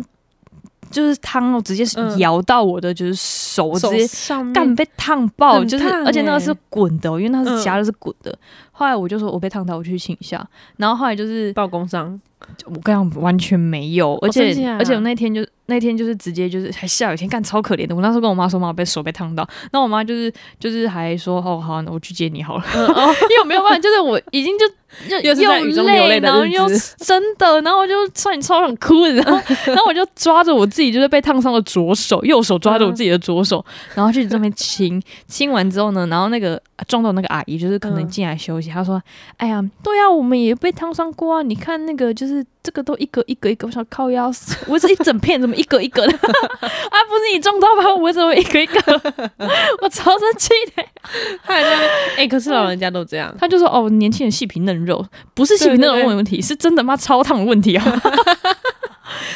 [SPEAKER 1] 就是汤哦，直接
[SPEAKER 2] 嗯
[SPEAKER 1] 摇到我的就是手，我直接
[SPEAKER 2] 上面
[SPEAKER 1] 干被烫爆，
[SPEAKER 2] 嗯很
[SPEAKER 1] 就是
[SPEAKER 2] 烫
[SPEAKER 1] 而且那个
[SPEAKER 2] 欸
[SPEAKER 1] 是滚的哦，因为那
[SPEAKER 2] 嗯
[SPEAKER 1] 是夹的是滚的。后来我就说我被烫到，我去请一下。然后后来就是
[SPEAKER 2] 报工伤，
[SPEAKER 1] 我跟你讲完全没有，而且、
[SPEAKER 2] 生气啊
[SPEAKER 1] 而且我那天就那天就是直接就是还下雨天，干超可怜的。我那时候跟我妈说，妈我被手被烫到，那我妈就是就是还说哦好，那我去接你好了，
[SPEAKER 2] 嗯哦，
[SPEAKER 1] 因为我没有办法，就是我已经就就
[SPEAKER 2] 又是在雨中流
[SPEAKER 1] 累，
[SPEAKER 2] 泪的
[SPEAKER 1] 然后
[SPEAKER 2] 日
[SPEAKER 1] 又
[SPEAKER 2] 子
[SPEAKER 1] 真的，然后我就差点超想哭的，然后 然后我就抓着我自己就是被烫伤的左手，右手抓着我自己的左手，然后就这边 亲，亲完之后呢，然后那个撞到那个阿姨就是可能
[SPEAKER 2] 嗯
[SPEAKER 1] 进来休息，她说：“哎呀，对啊，我们也被烫伤过啊，你看那个就是这个都一格一格一格，我想靠腰，我这一整片怎么一格一格的 啊？不是你撞到吧？我怎么一格一格？ 我超生气的。”
[SPEAKER 2] 他还在那边，哎，可是老人家都这样，
[SPEAKER 1] 他就说：“哦，年轻人细皮嫩肉，不是细皮嫩肉
[SPEAKER 2] 对对对
[SPEAKER 1] 问问题，是真的妈超烫的问题啊！”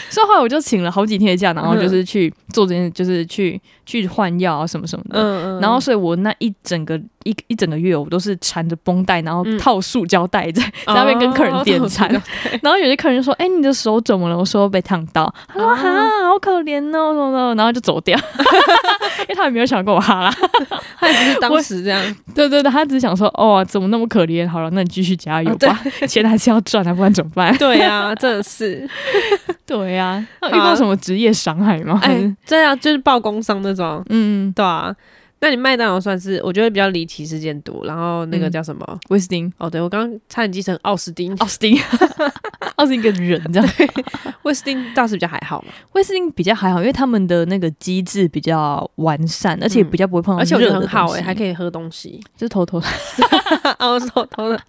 [SPEAKER 1] 所以后来我就请了好几天的假，然后就是去做这件，就是去去换药啊什么什么的。
[SPEAKER 2] 嗯嗯，
[SPEAKER 1] 然后，所以我那一整个一一整个月，我都是缠着绷带，然后
[SPEAKER 2] 嗯
[SPEAKER 1] 套塑胶带在、 在那边跟客人点餐。
[SPEAKER 2] 哦
[SPEAKER 1] 然后有些客人就说：“哎、你的手怎么了？”我说：“被烫到。”他说：“
[SPEAKER 2] 哦
[SPEAKER 1] 哈、好可怜哦，什么的。”然后就走 掉，因为他也没有想跟我哈啦。
[SPEAKER 2] 他也只是当时这样，？
[SPEAKER 1] 对对对，他只是想说，哦，怎么那么可怜？好了，那你继续加油吧，钱还是要赚啊，不然怎么办
[SPEAKER 2] 对啊，真的是，
[SPEAKER 1] 对呀、那
[SPEAKER 2] 好啊
[SPEAKER 1] 遇到什么职业伤害吗？
[SPEAKER 2] 哎，这样就是报工伤那种，
[SPEAKER 1] 嗯，
[SPEAKER 2] 对啊。那你麦当劳算是我觉得比较离奇事件多，然后那个
[SPEAKER 1] 嗯
[SPEAKER 2] 叫什么？
[SPEAKER 1] 威斯汀，
[SPEAKER 2] 哦，对我刚刚差点记成奥斯汀，
[SPEAKER 1] 奥斯 汀，奥斯汀跟人这样。
[SPEAKER 2] 威斯汀倒是比较还好嘛，
[SPEAKER 1] 威斯汀比较还好，因为他们的那个机制比较完善，而且比较不会碰到
[SPEAKER 2] 嗯而且我觉
[SPEAKER 1] 热
[SPEAKER 2] 得
[SPEAKER 1] 的
[SPEAKER 2] 很好哎、
[SPEAKER 1] 哎、
[SPEAKER 2] 还可以喝东 西。
[SPEAKER 1] 就是偷偷，
[SPEAKER 2] 哦，手头 的，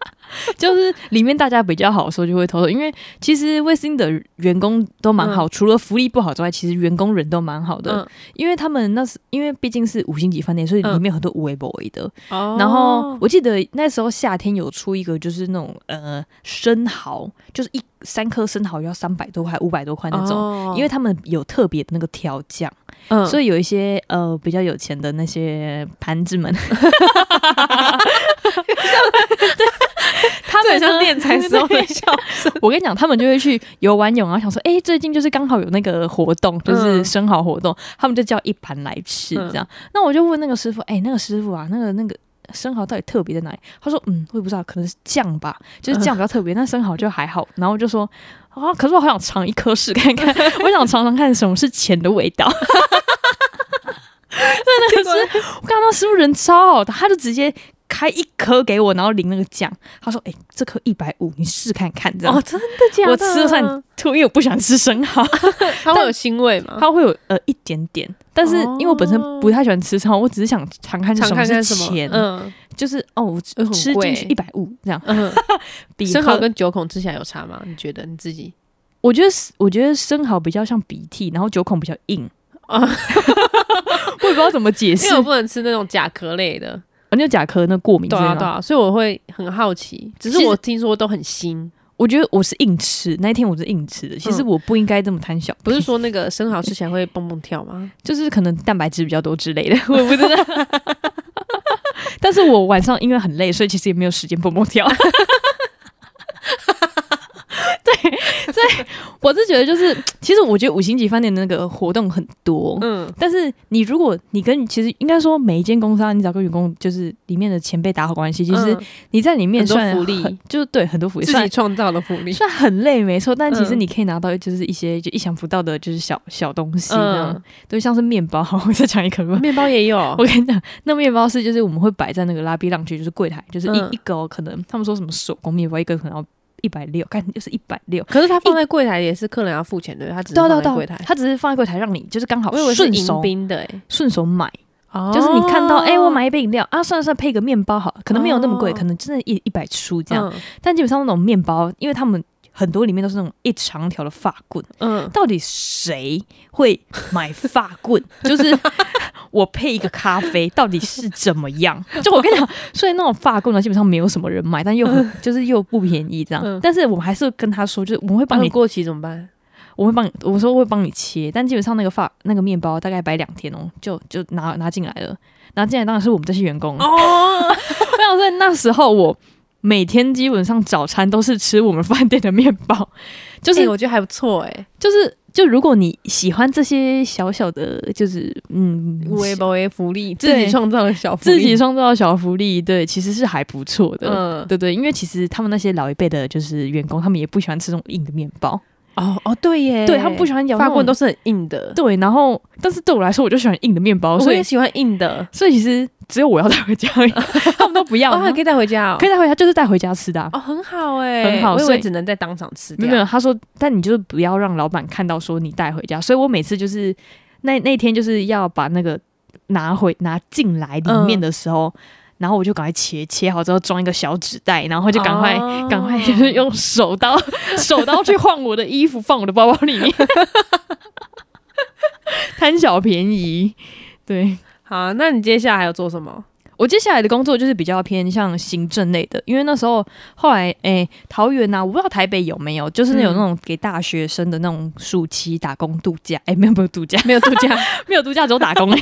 [SPEAKER 1] 就是里面大家比较好的时候就会偷偷，因为其实威斯汀的员工都蛮好，除了福利不好之外，其实员工人都蛮好的，
[SPEAKER 2] 嗯
[SPEAKER 1] 因为他们那是因为毕竟是五星级饭店，所以里
[SPEAKER 2] 嗯
[SPEAKER 1] 面有很多无为 boy 的，
[SPEAKER 2] 哦
[SPEAKER 1] 然后我记得那时候夏天有出一个，就是那种呃生蚝，就是一三颗生蚝要三百多块、五百多块那种。
[SPEAKER 2] 哦
[SPEAKER 1] 因为他们有特别的那个调酱，
[SPEAKER 2] 嗯
[SPEAKER 1] 所以有一些呃比较有钱的那些盘子 们，对，他们
[SPEAKER 2] 这很像
[SPEAKER 1] 呢
[SPEAKER 2] 练才时候的笑声。
[SPEAKER 1] 我跟你讲，他们就会去游完泳，然后想说，哎、最近就是刚好有那个活动，就是
[SPEAKER 2] 嗯
[SPEAKER 1] 生蚝活动，他们就叫一盘来吃
[SPEAKER 2] 嗯
[SPEAKER 1] 这样。那我就问那个师傅，哎、那个师傅啊，那个那个生蚝到底特别在哪里？他说，嗯，我也不知道，可能是酱吧，就是酱比较特别，那生蚝就还好。然后我就说，啊，可是我好想尝一颗试看看， 我想尝尝看什么是钱的味道。 真的 是，我看到师傅人超好的，他就直接开一颗给我，然后淋那个酱。他说：“哎、这颗一百五，你试看看。”这样
[SPEAKER 2] 哦，真的假的？
[SPEAKER 1] 我吃了 算吐，因为我不喜欢吃生 蚝，
[SPEAKER 2] 它会有腥味吗？
[SPEAKER 1] 它会有呃一点点，但是因为我本身不太喜欢吃生蚝，我只是想哦尝看
[SPEAKER 2] 常
[SPEAKER 1] 什
[SPEAKER 2] 看看
[SPEAKER 1] 是
[SPEAKER 2] 什么？
[SPEAKER 1] 钱，
[SPEAKER 2] 嗯
[SPEAKER 1] 就是哦，我吃
[SPEAKER 2] 呃很
[SPEAKER 1] 吃进去一
[SPEAKER 2] 贵
[SPEAKER 1] 百五这样，
[SPEAKER 2] 嗯，
[SPEAKER 1] 比
[SPEAKER 2] 生蚝
[SPEAKER 1] 喝
[SPEAKER 2] 跟九孔吃起来有差吗？你觉得你 自己？
[SPEAKER 1] 我觉得是我觉得生蚝比较像鼻涕，然后九孔比较硬啊，
[SPEAKER 2] 啊
[SPEAKER 1] 我也不知道怎么解释
[SPEAKER 2] 因为，我不能吃那种甲壳类的，
[SPEAKER 1] 反正甲壳那过敏
[SPEAKER 2] 对
[SPEAKER 1] 之类
[SPEAKER 2] 啊
[SPEAKER 1] 的
[SPEAKER 2] 对啊，所以我会很好奇。只
[SPEAKER 1] 其
[SPEAKER 2] 是
[SPEAKER 1] 实
[SPEAKER 2] 我听说都很腥，
[SPEAKER 1] 我觉得我是硬吃，那一天我是硬吃的，其实
[SPEAKER 2] 嗯
[SPEAKER 1] 我不应该这么贪小
[SPEAKER 2] 不
[SPEAKER 1] 便宜，
[SPEAKER 2] 是说那个生蚝吃起来会蹦蹦跳吗？
[SPEAKER 1] 就是可能蛋白质比较多之 类的，我也不知道。但是我晚上因为很累，所以其实也没有时间蹦蹦 跳。对，所以我是觉得，就是其实我觉得五星级饭店的那个活动很多，
[SPEAKER 2] 嗯，
[SPEAKER 1] 但是你如果你跟其实应该说每一间公司啊，你找个员工就是里面的前辈打好关系，其实
[SPEAKER 2] 嗯
[SPEAKER 1] 你在里面
[SPEAKER 2] 很多
[SPEAKER 1] 算
[SPEAKER 2] 福利
[SPEAKER 1] 很就是对很多福利，
[SPEAKER 2] 自
[SPEAKER 1] 算
[SPEAKER 2] 己创造的福利。
[SPEAKER 1] 虽然很累，没错，但其实
[SPEAKER 2] 嗯
[SPEAKER 1] 你可以拿到就是一些就意想不到的，就是啊小小东西这样，
[SPEAKER 2] 嗯，
[SPEAKER 1] 对，像是面包，我再讲一个吧。
[SPEAKER 2] 面包也有，
[SPEAKER 1] 我跟你讲，那面包是就是我们会摆在那个拉比浪区，就是柜台，就是一、
[SPEAKER 2] 嗯
[SPEAKER 1] 一个哦可能他们说什么手工面包，一个可能要一百六，看就是一百六。
[SPEAKER 2] 可是它放在柜台也是客人要付钱的，他只是
[SPEAKER 1] 对啊对
[SPEAKER 2] 放
[SPEAKER 1] 啊
[SPEAKER 2] 在柜
[SPEAKER 1] 对
[SPEAKER 2] 台
[SPEAKER 1] 啊，。他只是放在柜台让你就是刚好
[SPEAKER 2] 我以为是
[SPEAKER 1] 顺
[SPEAKER 2] 迎
[SPEAKER 1] 手
[SPEAKER 2] 宾的哎、
[SPEAKER 1] 顺手买，
[SPEAKER 2] 哦
[SPEAKER 1] 就是你看到哎、我买一杯饮料啊，算了算了配个面包好了，可能没有那么贵，
[SPEAKER 2] 哦嗯
[SPEAKER 1] 可能真的一一百出这
[SPEAKER 2] 这
[SPEAKER 1] 样。
[SPEAKER 2] 样，
[SPEAKER 1] 但基本上那种面包，因为他们很多里面都是那种一长条的发棍，
[SPEAKER 2] 嗯，
[SPEAKER 1] 到底谁会买发 棍？就是我配一个咖啡，到底是怎么 样？就我跟你讲，所以那种发棍呢，基本上没有什么人买，但又很就是又不便宜这样。
[SPEAKER 2] 嗯
[SPEAKER 1] 但是我们还是跟他说，就是我们会帮
[SPEAKER 2] 帮
[SPEAKER 1] 你
[SPEAKER 2] 你，过期怎么办？
[SPEAKER 1] 我会帮你，我说我会帮你切，但基本上那个发那个面包大概摆两天哦，就就拿拿进来了，拿进来当然是我们这些员工。
[SPEAKER 2] 哦，
[SPEAKER 1] 我想说那时候我每天基本上早餐都是吃我们饭店的面包， 就、
[SPEAKER 2] 就是是我觉得还不错
[SPEAKER 1] 欸
[SPEAKER 2] 哎、
[SPEAKER 1] 就是就如果你喜欢这些小小的，就是嗯，
[SPEAKER 2] 无微不微福利，自
[SPEAKER 1] 对
[SPEAKER 2] 己创造的小福利，
[SPEAKER 1] 自己创造的小福利，对，其实是还不错的。
[SPEAKER 2] 嗯，
[SPEAKER 1] 对对，因为其实他们那些老一辈的，就是员工，他们也不喜欢吃这种硬的面包，
[SPEAKER 2] 哦哦，对耶，
[SPEAKER 1] 对他们不喜欢咬那
[SPEAKER 2] 法
[SPEAKER 1] 种。
[SPEAKER 2] 棍都是很硬的，
[SPEAKER 1] 对，然后但是对我来说，我就喜欢硬的面包，
[SPEAKER 2] 我
[SPEAKER 1] 所以
[SPEAKER 2] 也喜欢硬的，
[SPEAKER 1] 所以其实只有我要带回家而 已，他们都不要，
[SPEAKER 2] 哦，还可以带回家哦，
[SPEAKER 1] 可以带回家，就是带回家吃的、啊。
[SPEAKER 2] 哦，啊很好哎、
[SPEAKER 1] 很好
[SPEAKER 2] 我以
[SPEAKER 1] 所
[SPEAKER 2] 为
[SPEAKER 1] 以
[SPEAKER 2] 只能在当场吃
[SPEAKER 1] 没
[SPEAKER 2] 掉，
[SPEAKER 1] 有没有，他说，但你就是不要让老板看到说你带回家，所以我每次就是那那天就是要把那个拿回拿进来里面的时
[SPEAKER 2] 嗯
[SPEAKER 1] 候。然后我就赶快切，切好之后装一个小纸袋，然后就赶快、
[SPEAKER 2] 哦
[SPEAKER 1] 赶快 就是用手刀 手刀去换我的衣服，放我的包包里 面，贪小便宜。对
[SPEAKER 2] 好，那你接下来还有做什么？
[SPEAKER 1] 我接下来的工作就是比较偏向行政类的，因为那时候后来诶、桃园呐、我不知道台北有没有，就是有那种给大学生的那种暑期打工度 假，哎诶、没有没有度假，
[SPEAKER 2] 没有度假，
[SPEAKER 1] 没有度假，只有打 工、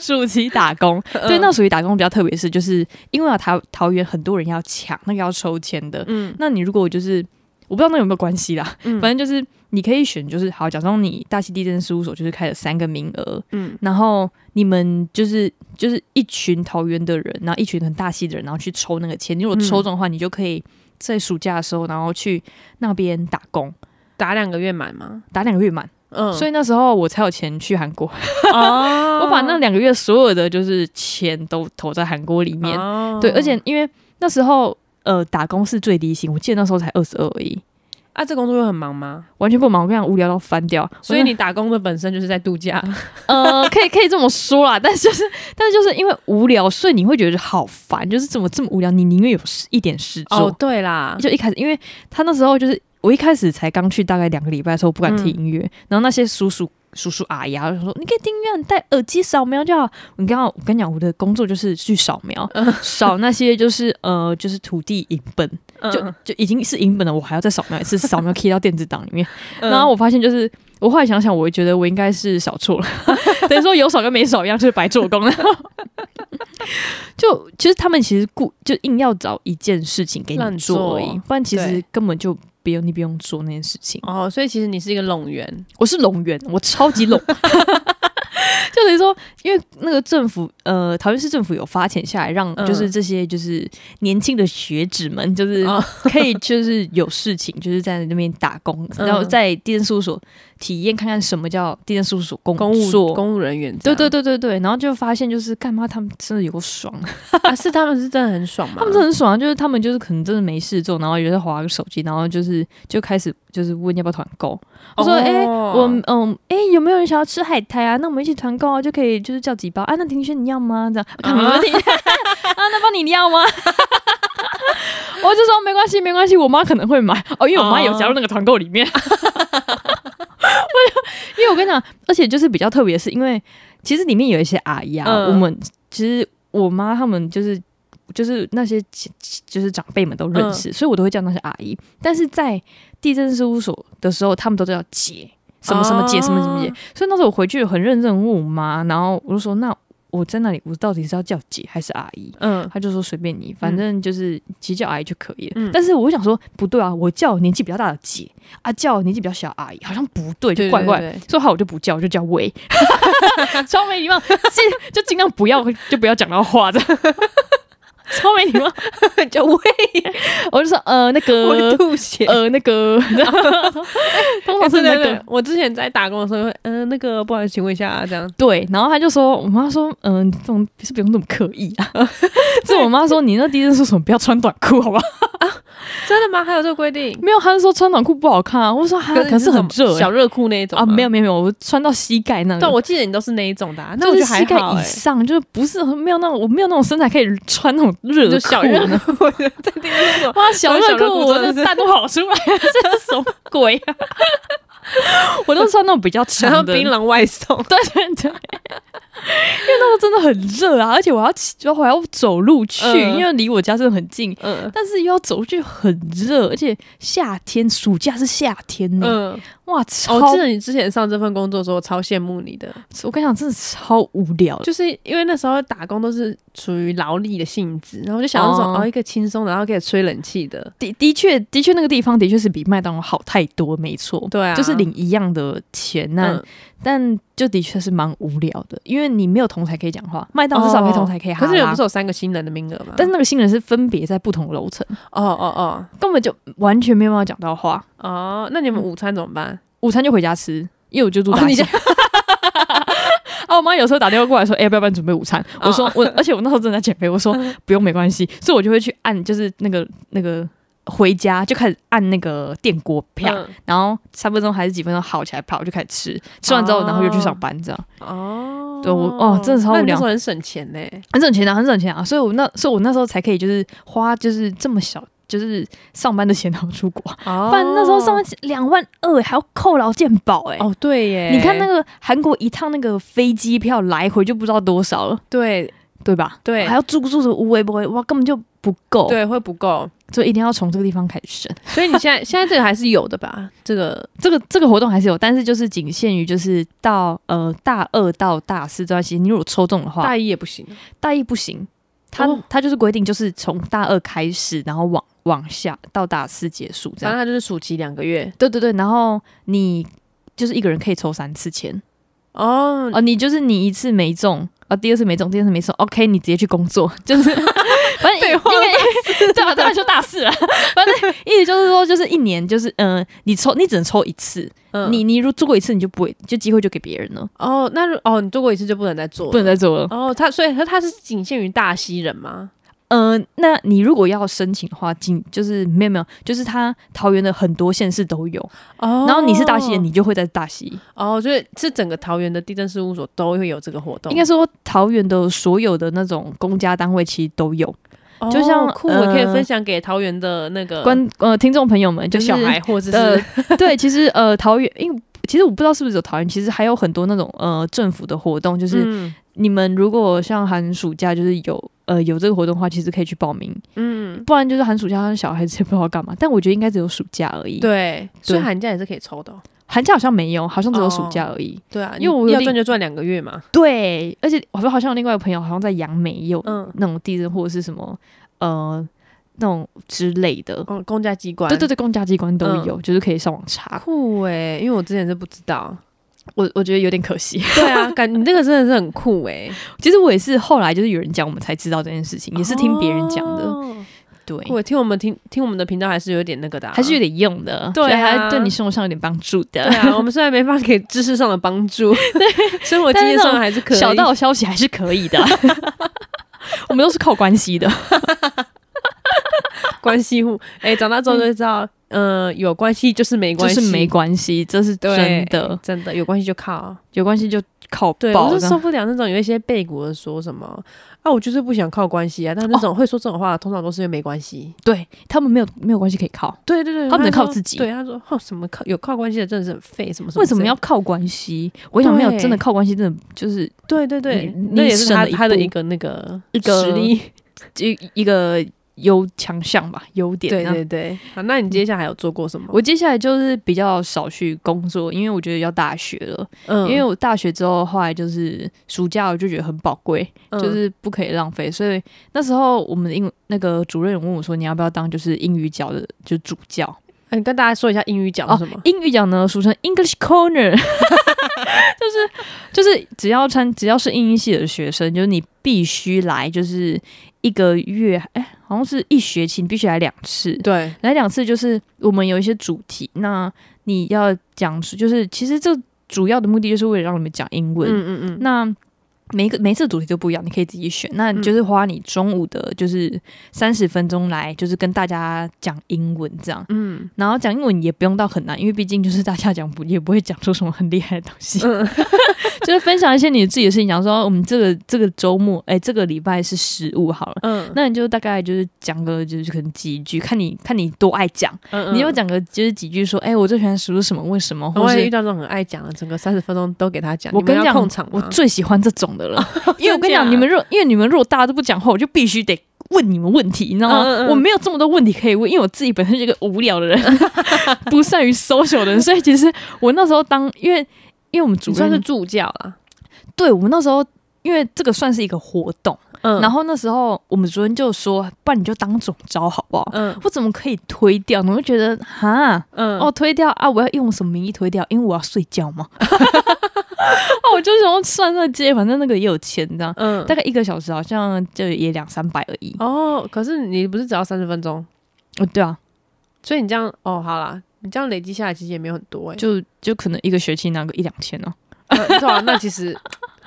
[SPEAKER 1] 暑期打工。对，那属于打工比较特别，是就是因为啊桃桃园很多人要抢，那个要抽签的。
[SPEAKER 2] 嗯
[SPEAKER 1] 那你如果就是我不知道那有没有关系啦，
[SPEAKER 2] 嗯
[SPEAKER 1] 反正就是你可以选，就是好，假装你大溪地震事务所就是开了三个名额，
[SPEAKER 2] 嗯
[SPEAKER 1] 然后你们就是就是一群桃园的人，然后一群很大溪的人，然后去抽那个签。你如果抽中的话，你就可以在暑假的时候，然后去那边打工，
[SPEAKER 2] 打两个月满吗？
[SPEAKER 1] 打两个月满。
[SPEAKER 2] 嗯
[SPEAKER 1] 所以那时候我才有钱去韩国，
[SPEAKER 2] 哦
[SPEAKER 1] 我把那两个月所有的就是钱都投在韩国里面。
[SPEAKER 2] 哦
[SPEAKER 1] 对，而且因为那时候呃打工是最低薪，我记得那时候才二十二而已，
[SPEAKER 2] 啊，这工作又很忙吗？
[SPEAKER 1] 完全不忙，我跟你讲无聊到翻掉。
[SPEAKER 2] 所以
[SPEAKER 1] 我那
[SPEAKER 2] 你打工的本身就是在度假，
[SPEAKER 1] 呃，可以可以这么说啦，但是就是但是就是因为无聊，所以你会觉得好烦，就是怎么这么无聊？你宁愿有事一点事做。
[SPEAKER 2] 哦，对啦，
[SPEAKER 1] 就一开始，因为他那时候就是我一开始才刚去大概两个礼拜的时候，我不敢
[SPEAKER 2] 嗯
[SPEAKER 1] 听音乐，然后那些叔叔。叔叔阿姨啊，就说你可以听音乐，你戴耳机扫描就好。你刚好我跟你讲，我的工作就是去扫描， 扫那些就是呃，就是土地银本，
[SPEAKER 2] 嗯
[SPEAKER 1] 就就已经是银本了，我还要再扫描一次，扫描 key 到电子档里面。
[SPEAKER 2] 嗯
[SPEAKER 1] 然后我发现，就是我后来想想，我觉得我应该是扫错了， 等于说有扫跟没扫一样，就是白做工了。 就其实他们其实故就硬要找一件事情给
[SPEAKER 2] 让你
[SPEAKER 1] 你做而已
[SPEAKER 2] 做，
[SPEAKER 1] 不然其实
[SPEAKER 2] 对
[SPEAKER 1] 根本就不用你不用做那件事情。
[SPEAKER 2] 哦，所以其实你是一个拢员，
[SPEAKER 1] 我是龙源，我超级龙。 就等于说，因为那个政府，呃，桃园市政府有发钱下来，让
[SPEAKER 2] 嗯
[SPEAKER 1] 就是这些就是年轻的学子们，就是
[SPEAKER 2] 哦
[SPEAKER 1] 可以就是有事情，就是在那边打工，
[SPEAKER 2] 嗯
[SPEAKER 1] 然后在地震事务所体验看看什么叫地震事务所工
[SPEAKER 2] 公务
[SPEAKER 1] 作。
[SPEAKER 2] 公务人员这
[SPEAKER 1] 对对
[SPEAKER 2] 样，
[SPEAKER 1] 对对对，然后就发现就是干嘛他们真的有够爽，
[SPEAKER 2] 啊，是他们是真的很爽吗？
[SPEAKER 1] 他们真的很爽啊，就是他们就是可能真的没事做，然后也是划个手机，然后就是就开始就是问要不要团购，我
[SPEAKER 2] 哦
[SPEAKER 1] 说：“哎、我们嗯，哎、有没有人想要吃海苔啊？那我们一起团购啊，就可以就是叫几包啊。那庭轩你要吗？这样，
[SPEAKER 2] 啊
[SPEAKER 1] 啊、我说庭轩啊，那帮你你要吗？ 我就说没关系，没关系，我妈可能会买哦，因为我妈有加入那个团购里面。我就因为我跟你讲，而且就是比较特别，是因为其实里面有一些阿姨啊，
[SPEAKER 2] 嗯
[SPEAKER 1] 我们其实我妈他们就是就是那些就是长辈们都认识，所以我都会叫那些阿姨。但是在地震事务所的时候，他们都叫姐，什么什么姐，
[SPEAKER 2] 哦
[SPEAKER 1] 什么什么姐。所以那时候我回去很认真地问我妈，然后我就说：“那我在那里，我到底是要叫姐还是阿姨？”
[SPEAKER 2] 嗯，
[SPEAKER 1] 她就说：“随便你，反正就是其实叫阿姨就可以了。
[SPEAKER 2] 嗯
[SPEAKER 1] 但是我想说，不对啊，我叫年纪比较大的姐啊，叫年纪比较小的阿姨，好像不对，就
[SPEAKER 2] 对
[SPEAKER 1] 怪怪。
[SPEAKER 2] 对对
[SPEAKER 1] 所以后来我就不叫，我就叫 喂，超没礼貌，尽就尽量不要，就不要讲到话这 样，超没礼貌。
[SPEAKER 2] 对就喂，
[SPEAKER 1] 我就说呃那
[SPEAKER 2] 我会
[SPEAKER 1] 个
[SPEAKER 2] 吐血。
[SPEAKER 1] 呃那个， 通
[SPEAKER 2] 哎
[SPEAKER 1] 常是
[SPEAKER 2] 对
[SPEAKER 1] 那
[SPEAKER 2] 对
[SPEAKER 1] 个
[SPEAKER 2] 对，我之前在打工的时候会，嗯，那个不好意思，请问一下啊，这样，
[SPEAKER 1] 对，然后他就说，我妈说，嗯、你这种是不用那么刻意啊。 这我妈说，你那第一次说什么不要穿短裤，好吧？
[SPEAKER 2] 真的吗？还有这个规定？
[SPEAKER 1] 没有，她就说穿短裤不好看啊。我说哈，可
[SPEAKER 2] 你
[SPEAKER 1] 是很
[SPEAKER 2] 什么
[SPEAKER 1] 热、欸
[SPEAKER 2] 小热裤那一种
[SPEAKER 1] 啊，没
[SPEAKER 2] 有。
[SPEAKER 1] 有没有没有，我穿到膝盖那个。
[SPEAKER 2] 但我记得你都是那一种的啊，那
[SPEAKER 1] 就
[SPEAKER 2] 我觉
[SPEAKER 1] 是
[SPEAKER 2] 得还
[SPEAKER 1] 膝盖
[SPEAKER 2] 好
[SPEAKER 1] 以
[SPEAKER 2] 哎。
[SPEAKER 1] 上，就是不是很没有那种，我没有那种身材可以穿那种热
[SPEAKER 2] 就小热
[SPEAKER 1] 裤呢。
[SPEAKER 2] 裤，我觉得在那个 时候
[SPEAKER 1] 哇，小热
[SPEAKER 2] 小热
[SPEAKER 1] 裤，
[SPEAKER 2] 裤
[SPEAKER 1] 我
[SPEAKER 2] 真的
[SPEAKER 1] 的
[SPEAKER 2] 是
[SPEAKER 1] 蛋都跑出来了，这是什么 鬼啊？ 我都穿那种比 较
[SPEAKER 2] 然后
[SPEAKER 1] 长的，
[SPEAKER 2] 槟榔外送，
[SPEAKER 1] 对对对，因为那时候真的很热啊，而且我要骑，我还要走路去，
[SPEAKER 2] 嗯
[SPEAKER 1] 因为离我家真的很近，
[SPEAKER 2] 嗯
[SPEAKER 1] 但是又要走路去，很热，而且夏天，暑假是夏天呢、
[SPEAKER 2] 嗯，
[SPEAKER 1] 哇，
[SPEAKER 2] 哦
[SPEAKER 1] 超、
[SPEAKER 2] 我记得你之前上这份工作的时候，我超羡慕你的，
[SPEAKER 1] 我跟你讲，真的超无聊的，
[SPEAKER 2] 就是因为那时候打工都是处于劳力的性质，然后我就想要说，
[SPEAKER 1] 哦
[SPEAKER 2] 哦，一个轻松，然后可以吹冷气的，
[SPEAKER 1] 的的确的确那个地方的确是比麦当劳好太多，没错。
[SPEAKER 2] 对啊，
[SPEAKER 1] 就是领一样的钱那、
[SPEAKER 2] 嗯，
[SPEAKER 1] 但就的确是蛮无聊的，因为你没有同才可以讲话，麦当劳至少可以同哦才可以哈
[SPEAKER 2] 可
[SPEAKER 1] 拉。
[SPEAKER 2] 是你们不是有三个新人的名额吗？
[SPEAKER 1] 但是那个新人是分别在不同的楼层，
[SPEAKER 2] 哦哦
[SPEAKER 1] 根本就完全没有办法讲到话。
[SPEAKER 2] 哦哦，那你们午餐怎么办？
[SPEAKER 1] 午餐就回家吃，因为我就住大
[SPEAKER 2] 哦你
[SPEAKER 1] 家。 啊，我妈有时候打电话过来说：“哎、要不要帮你准备午餐？”
[SPEAKER 2] 哦
[SPEAKER 1] 我说：“我，而且我那时候正在减肥，我说
[SPEAKER 2] 嗯
[SPEAKER 1] 不用没关系。”所以，我就会去按，就是那个那个回家就开始按那个电锅票，
[SPEAKER 2] 嗯
[SPEAKER 1] 然后三分钟还是几分钟好起来，跑就开始吃，吃完之后，
[SPEAKER 2] 哦
[SPEAKER 1] 然后又去上班，这样
[SPEAKER 2] 哦，
[SPEAKER 1] 对我哦真的超无聊
[SPEAKER 2] 那你那时候很省钱呢。
[SPEAKER 1] 很省钱啊，很省钱啊。所以我那，所以我那时候才可以就是花就是这么小，就是上班的钱然后出国，
[SPEAKER 2] 哦
[SPEAKER 1] 不然那时候上班两万二还要扣劳健保哎、
[SPEAKER 2] 哦，对耶，
[SPEAKER 1] 你看那个韩国一趟那个飞机票来回就不知道多少了，
[SPEAKER 2] 对
[SPEAKER 1] 对吧？
[SPEAKER 2] 对
[SPEAKER 1] 还要住住着无微不微，哇，根本就不够，，
[SPEAKER 2] 对会不够，
[SPEAKER 1] 所以一定要从这个地方开始省。
[SPEAKER 2] 所以你现在 现在这个还是有的吧？这个
[SPEAKER 1] 这个这个活动还是有，但是就是仅限于就是到呃大二到大四这段期间，你如果抽中的话，
[SPEAKER 2] 大一也不行
[SPEAKER 1] 大一不行，他、
[SPEAKER 2] 哦
[SPEAKER 1] 他就是规定就是从大二开始，然后往往下到大四结束这
[SPEAKER 2] 反
[SPEAKER 1] 样。
[SPEAKER 2] 正它就是暑期两个月
[SPEAKER 1] 对对对，然后你就是一个人可以抽三次签，
[SPEAKER 2] 哦。
[SPEAKER 1] 哦，你就是你一次没中，啊，第二次没中，第三次没中，OK，你直接去工作，就是 反正
[SPEAKER 2] 废
[SPEAKER 1] 应
[SPEAKER 2] 话
[SPEAKER 1] 该对吧？啊当然就大事了， 反正意思就是说，就是一年，就是嗯、呃你抽你只能抽一次，
[SPEAKER 2] 嗯
[SPEAKER 1] 你你如做过一次，你就不会，就机会就给别人了，
[SPEAKER 2] 哦，那如哦，你做过一次就不能再做了，
[SPEAKER 1] 不能再做了。
[SPEAKER 2] 哦，他所以他他是仅限于大西人吗？
[SPEAKER 1] 嗯、那你如果要申请的话，进就是没有没有，就是他桃园的很多县市都有，
[SPEAKER 2] 哦
[SPEAKER 1] 然后你是大溪人，你就会在大溪。
[SPEAKER 2] 哦，所以是整个桃园的地震事务所都会有这个活动，
[SPEAKER 1] 应该说桃园的所有的那种公家单位其实都有。
[SPEAKER 2] 哦
[SPEAKER 1] 就像
[SPEAKER 2] 酷，我可以
[SPEAKER 1] 呃
[SPEAKER 2] 分享给桃园的那个
[SPEAKER 1] 观呃听众朋友们，就
[SPEAKER 2] 就是嗯小孩或者
[SPEAKER 1] 呃
[SPEAKER 2] 是，
[SPEAKER 1] 对，其实呃，桃园，因为其实我不知道是不是有桃园，其实还有很多那种呃政府的活动，就是
[SPEAKER 2] 嗯
[SPEAKER 1] 你们如果像寒暑假就是有呃有这个活动的话，其实可以去报名，
[SPEAKER 2] 嗯，
[SPEAKER 1] 不然就是寒暑假小孩子也不知道干嘛。但我觉得应该只有暑假而已，，
[SPEAKER 2] 对，所以
[SPEAKER 1] 对
[SPEAKER 2] 寒假也是可以抽的哦。
[SPEAKER 1] 寒假好像没有，好像只有暑
[SPEAKER 2] 哦
[SPEAKER 1] 假而已。
[SPEAKER 2] 对啊，
[SPEAKER 1] 因为
[SPEAKER 2] 你
[SPEAKER 1] 我有
[SPEAKER 2] 要
[SPEAKER 1] 另
[SPEAKER 2] 赚就赚两个月嘛。
[SPEAKER 1] 对，而且我好像有另外一个朋友，好像在杨梅也有
[SPEAKER 2] 嗯
[SPEAKER 1] 那种地震或者是什么呃那种之类的，
[SPEAKER 2] 哦，公家机关，嗯
[SPEAKER 1] 对对对，公家机关都有，就是可以上网查。
[SPEAKER 2] 酷诶、因为我之前是不知道。
[SPEAKER 1] 我我觉得有点可惜。
[SPEAKER 2] 对啊，感你这个真的是很酷欸诶、
[SPEAKER 1] 其实我也是后来就是有人讲，我们才知道这件事情，也是听别人讲的，
[SPEAKER 2] 哦
[SPEAKER 1] 对，
[SPEAKER 2] 酷欸听我们听听我们的频道还是有点那个的啊、
[SPEAKER 1] 还是有点用的，
[SPEAKER 2] 对啊
[SPEAKER 1] 所以还对你生活上有点帮助
[SPEAKER 2] 对
[SPEAKER 1] 的。
[SPEAKER 2] 啊，我们虽然没办法给知识上的帮助，生活经验上还是可以。
[SPEAKER 1] 小道消息还是可以 的，我们都是靠关系的。
[SPEAKER 2] 关系户，哎、长大之后就知道，嗯、呃，有关系就是没
[SPEAKER 1] 就
[SPEAKER 2] 关系，
[SPEAKER 1] 是没关系，这是
[SPEAKER 2] 对
[SPEAKER 1] 真的，
[SPEAKER 2] 真的有关系就靠。
[SPEAKER 1] 有关系就靠
[SPEAKER 2] 对，
[SPEAKER 1] 爆
[SPEAKER 2] 我
[SPEAKER 1] 这
[SPEAKER 2] 是
[SPEAKER 1] 样
[SPEAKER 2] 受不了那种有一些背骨的说什么啊，我就是不想靠关系啊。但那
[SPEAKER 1] 哦
[SPEAKER 2] 种会说这种话，通常都是因为没关系。
[SPEAKER 1] 对他们没有没有关系可以靠，
[SPEAKER 2] 对对对，
[SPEAKER 1] 他们只
[SPEAKER 2] 说
[SPEAKER 1] 靠自己
[SPEAKER 2] 对，他说哦，什么靠有靠关系的真的是很废，什么什么。
[SPEAKER 1] 为什么要？靠关系？我想没有
[SPEAKER 2] 对
[SPEAKER 1] 真的靠关系，真的就是
[SPEAKER 2] 对对对
[SPEAKER 1] 你，
[SPEAKER 2] 那
[SPEAKER 1] 你
[SPEAKER 2] 也是
[SPEAKER 1] 省
[SPEAKER 2] 他
[SPEAKER 1] 了一
[SPEAKER 2] 他的
[SPEAKER 1] 步
[SPEAKER 2] 一个那个
[SPEAKER 1] 一个
[SPEAKER 2] 实力。
[SPEAKER 1] 一一个优强项吧，优点。啊
[SPEAKER 2] 对对对，好，那你接下来有做过什么？
[SPEAKER 1] 嗯我接下来就是比较少去工作，因为我觉得要大学了。
[SPEAKER 2] 嗯
[SPEAKER 1] 因为我大学之后，后来就是暑假，我就觉得很宝贵，
[SPEAKER 2] 嗯
[SPEAKER 1] 就是不可以浪费。所以那时候我们的英那个主任有问我说：“你要不要当就是英语角的，就主教
[SPEAKER 2] 嗯你跟大家说一下英语讲
[SPEAKER 1] 哦
[SPEAKER 2] 什么？”
[SPEAKER 1] 英语角呢，俗称 English Corner，就是就是只要参只要是英语系的学生，就是你必须来，就是一个月，哎、好像是一学期你必须来两次，
[SPEAKER 2] 对，
[SPEAKER 1] 来两次就是我们有一些主题，那你要讲出，就是其实这主要的目的就是为了让你们讲英文。
[SPEAKER 2] 嗯嗯嗯，
[SPEAKER 1] 那每一个每一次主题都不一样，你可以自己选。那你就是花你中午的，就是三十分钟来，就是跟大家讲英文这样。
[SPEAKER 2] 嗯
[SPEAKER 1] 然后讲英文也不用到很难，因为毕竟就是大家讲不也不会讲出什么很厉害的东西，
[SPEAKER 2] 嗯
[SPEAKER 1] 就是分享一些你自己的事情，讲说我们这个这个周末，哎、这个礼拜是食物好了。
[SPEAKER 2] 嗯
[SPEAKER 1] 那你就大概就是讲个就是可能几句，看你看你多爱讲，
[SPEAKER 2] 嗯，
[SPEAKER 1] 你就讲个就是几句说，哎、我最喜欢食物什么，为什么，
[SPEAKER 2] 我
[SPEAKER 1] 或
[SPEAKER 2] 也遇
[SPEAKER 1] 是
[SPEAKER 2] 到这种很爱讲的，整个三十分钟都给他讲。
[SPEAKER 1] 我
[SPEAKER 2] 你们
[SPEAKER 1] 跟你
[SPEAKER 2] 要
[SPEAKER 1] 讲
[SPEAKER 2] 控场
[SPEAKER 1] 我
[SPEAKER 2] 吗？
[SPEAKER 1] 最喜欢这种的了。因为我跟你
[SPEAKER 2] 真假啊
[SPEAKER 1] 讲，你们若因为你们如果大家都不讲话，我就必须得问你们问题，你知道吗？
[SPEAKER 2] 嗯嗯嗯
[SPEAKER 1] 我没有这么多问题可以问，因为我自己本身是一个无聊的 人， 不善于 social 的人，所以其实我那时候当因为因为我们主
[SPEAKER 2] 你算是
[SPEAKER 1] 任
[SPEAKER 2] 助教啦，
[SPEAKER 1] 对我们那时候。因为这个算是一个活动，
[SPEAKER 2] 嗯
[SPEAKER 1] 然后那时候我们主任就说：“不然你就当总招好不好？”
[SPEAKER 2] 嗯
[SPEAKER 1] 我怎么可以推掉呢？我就觉得哈，
[SPEAKER 2] 嗯
[SPEAKER 1] 哦，推掉啊！我要用什么名义推掉？因为我要睡觉 嘛。 哦，我就想要算那街，反正那个也有钱这样，
[SPEAKER 2] 嗯
[SPEAKER 1] 大概一个小时好像就也两三百而已。
[SPEAKER 2] 哦，可是你不是只要三十分钟，
[SPEAKER 1] 哦，对啊，
[SPEAKER 2] 所以你这样哦，好啦，你这样累积下来其实也没有很多哎、欸，
[SPEAKER 1] 就就可能一个学期拿个一两千哦，
[SPEAKER 2] 对啊，那其实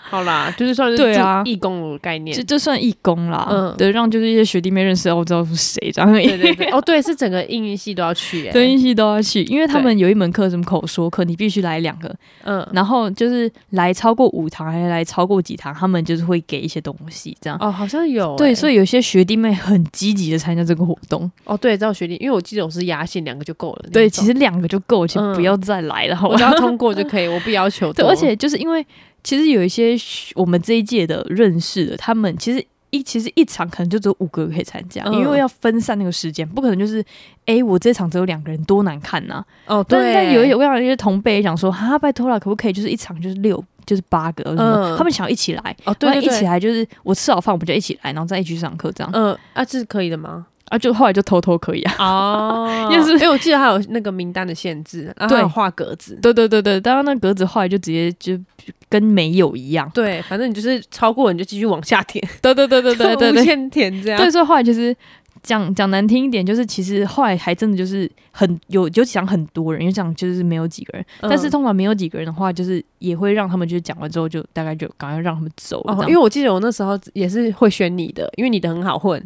[SPEAKER 2] 好啦，就是算是
[SPEAKER 1] 对啊
[SPEAKER 2] 助义工的概念
[SPEAKER 1] 这，这算义工啦。
[SPEAKER 2] 哎嗯
[SPEAKER 1] 对，让就是一些学弟妹认识，哦我知道是谁这样。
[SPEAKER 2] 对对对，哦对，是整个应运系都要去哎、
[SPEAKER 1] 对，音系都要去，因为他们有一门课，什么口说课，你必须来两个，
[SPEAKER 2] 嗯，
[SPEAKER 1] 然后就是来超过五堂，还是来超过几堂，他们就是会给一些东西这样。
[SPEAKER 2] 哦好像有、欸，
[SPEAKER 1] 对，所
[SPEAKER 2] 以
[SPEAKER 1] 以有些学弟妹很积极的参加这个活动。
[SPEAKER 2] 哦对，照学历，因为我记得我是压线两个就够了，
[SPEAKER 1] 对，其
[SPEAKER 2] 实
[SPEAKER 1] 实两个就够，请
[SPEAKER 2] 嗯
[SPEAKER 1] 不要再来了，好
[SPEAKER 2] 我
[SPEAKER 1] 吧
[SPEAKER 2] 只？要通过就可以，我不要求
[SPEAKER 1] 对，
[SPEAKER 2] 多
[SPEAKER 1] 而且就是因为其实有一些学我们这一届的认识的，他们其实。一其实一场可能就只有五个人可以参加，
[SPEAKER 2] 嗯
[SPEAKER 1] 因为要分散那个时间，不可能就是，哎、我这场只有两个人，多难看呐、
[SPEAKER 2] 哦
[SPEAKER 1] 但
[SPEAKER 2] 对，
[SPEAKER 1] 但有一有让一些同辈讲说，哈，拜托了，可不可以就是一场就是六就是八个，什么
[SPEAKER 2] 嗯
[SPEAKER 1] 他们想要一起来，
[SPEAKER 2] 哦对
[SPEAKER 1] 那
[SPEAKER 2] 对
[SPEAKER 1] 一起
[SPEAKER 2] 对，
[SPEAKER 1] 来就是我吃好饭我们就一起来，然后再一起去上课这样，
[SPEAKER 2] 嗯啊这是可以的吗？
[SPEAKER 1] 啊，就后来就偷偷可以啊，
[SPEAKER 2] 哦，
[SPEAKER 1] 就是
[SPEAKER 2] 因为我记得还有那个名单的限制，然后还有画格子。
[SPEAKER 1] 对对对对，当然那格子后来就直接就就跟没有一样。
[SPEAKER 2] 对，反正你就是超过你就继续往下填，
[SPEAKER 1] 对对对对
[SPEAKER 2] 无限填这样。
[SPEAKER 1] 对，所以后来就是讲讲难听一点，就是其实后来还真的就是很有有讲很多人，有讲就是没有几个人，
[SPEAKER 2] 嗯
[SPEAKER 1] 但是通常没有几个人的话，就是也会让他们就是讲完之后就大概就赶快让他们走了这
[SPEAKER 2] 哦，
[SPEAKER 1] 样，
[SPEAKER 2] 因为我记得我那时候也是会选你的，因为你的很好混。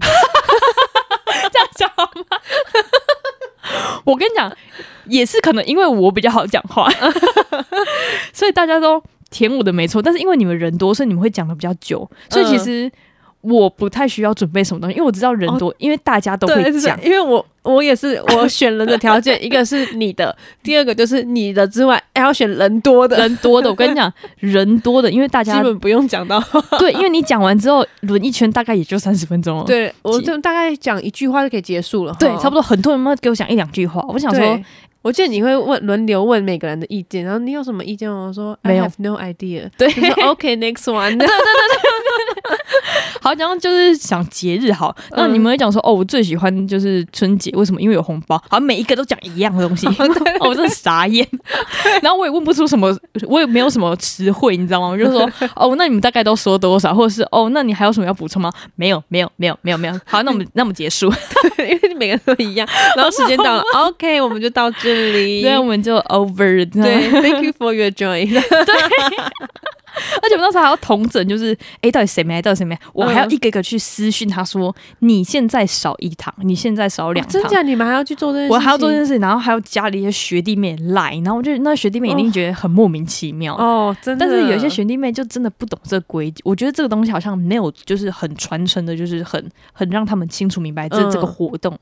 [SPEAKER 1] 讲吗？ 我跟你讲，也是可能因为我比较好讲话， 所以大家都填我的没错。但是因为你们人多，所以你们会讲的比较久，所以
[SPEAKER 2] 嗯
[SPEAKER 1] 其实我不太需要准备什么东西，因为我知道人多，因为大家都会
[SPEAKER 2] 哦对
[SPEAKER 1] 讲，。
[SPEAKER 2] 因为我我也是我选人的条件，一 个是你的，第二个就是你的之外，还要选人多的，
[SPEAKER 1] 人多的，我跟你讲，人多的，因为大
[SPEAKER 2] 基
[SPEAKER 1] 家
[SPEAKER 2] 本不用讲到。
[SPEAKER 1] 对，因为你讲完之后轮一圈大概也就三十分钟了，
[SPEAKER 2] 对，哦我就大概讲一句话就可以结束了。
[SPEAKER 1] 对，差不多。
[SPEAKER 2] 多。
[SPEAKER 1] 很多人嘛给我讲一两句话，我想说
[SPEAKER 2] 对，我记得你会问轮流问每个人的意见，然后你有什么意见吗？我说
[SPEAKER 1] 没有
[SPEAKER 2] I have no idea。
[SPEAKER 1] 对
[SPEAKER 2] 你说 OK，next one。
[SPEAKER 1] 好，讲就是想节日好，那
[SPEAKER 2] 嗯
[SPEAKER 1] 你们会讲说、哦，我最喜欢就是春节，为什么？因为有红包，好像每一个都讲一样的东西， 哦，我真的傻眼。 然后我也问不出什么，我也没有什么词汇，你知道吗？我就 说哦，那你们大概都说多少，或者是哦，那你还有什么要补充吗？没有，没有，没有，没有，没有。好，那我 们那我们结束，
[SPEAKER 2] 因为每个人都一 样。然后时间到了，OK，我们就到这里。
[SPEAKER 1] 对，我们就 over 这样。
[SPEAKER 2] 对 ，Thank you for your joy。
[SPEAKER 1] 而且我们那时候还要同整，就是哎、诶到底谁没来，到底谁没来，我还要
[SPEAKER 2] 嗯
[SPEAKER 1] 一个一个去私讯他说，你现在少一堂，你现在少 两
[SPEAKER 2] 哦
[SPEAKER 1] 堂
[SPEAKER 2] 真。假？你们还要去做这件事情？
[SPEAKER 1] 我还要做这件事情，然后还有家里一些学弟妹来，然后我就那学弟妹一定觉得很莫名其妙。
[SPEAKER 2] 哦，真的。
[SPEAKER 1] 但是有一些学弟妹就真的不懂这个规矩，我觉得这个东西好像没有，就是很传承的，就是很很让他们清楚明白这、
[SPEAKER 2] 嗯
[SPEAKER 1] 这个活动。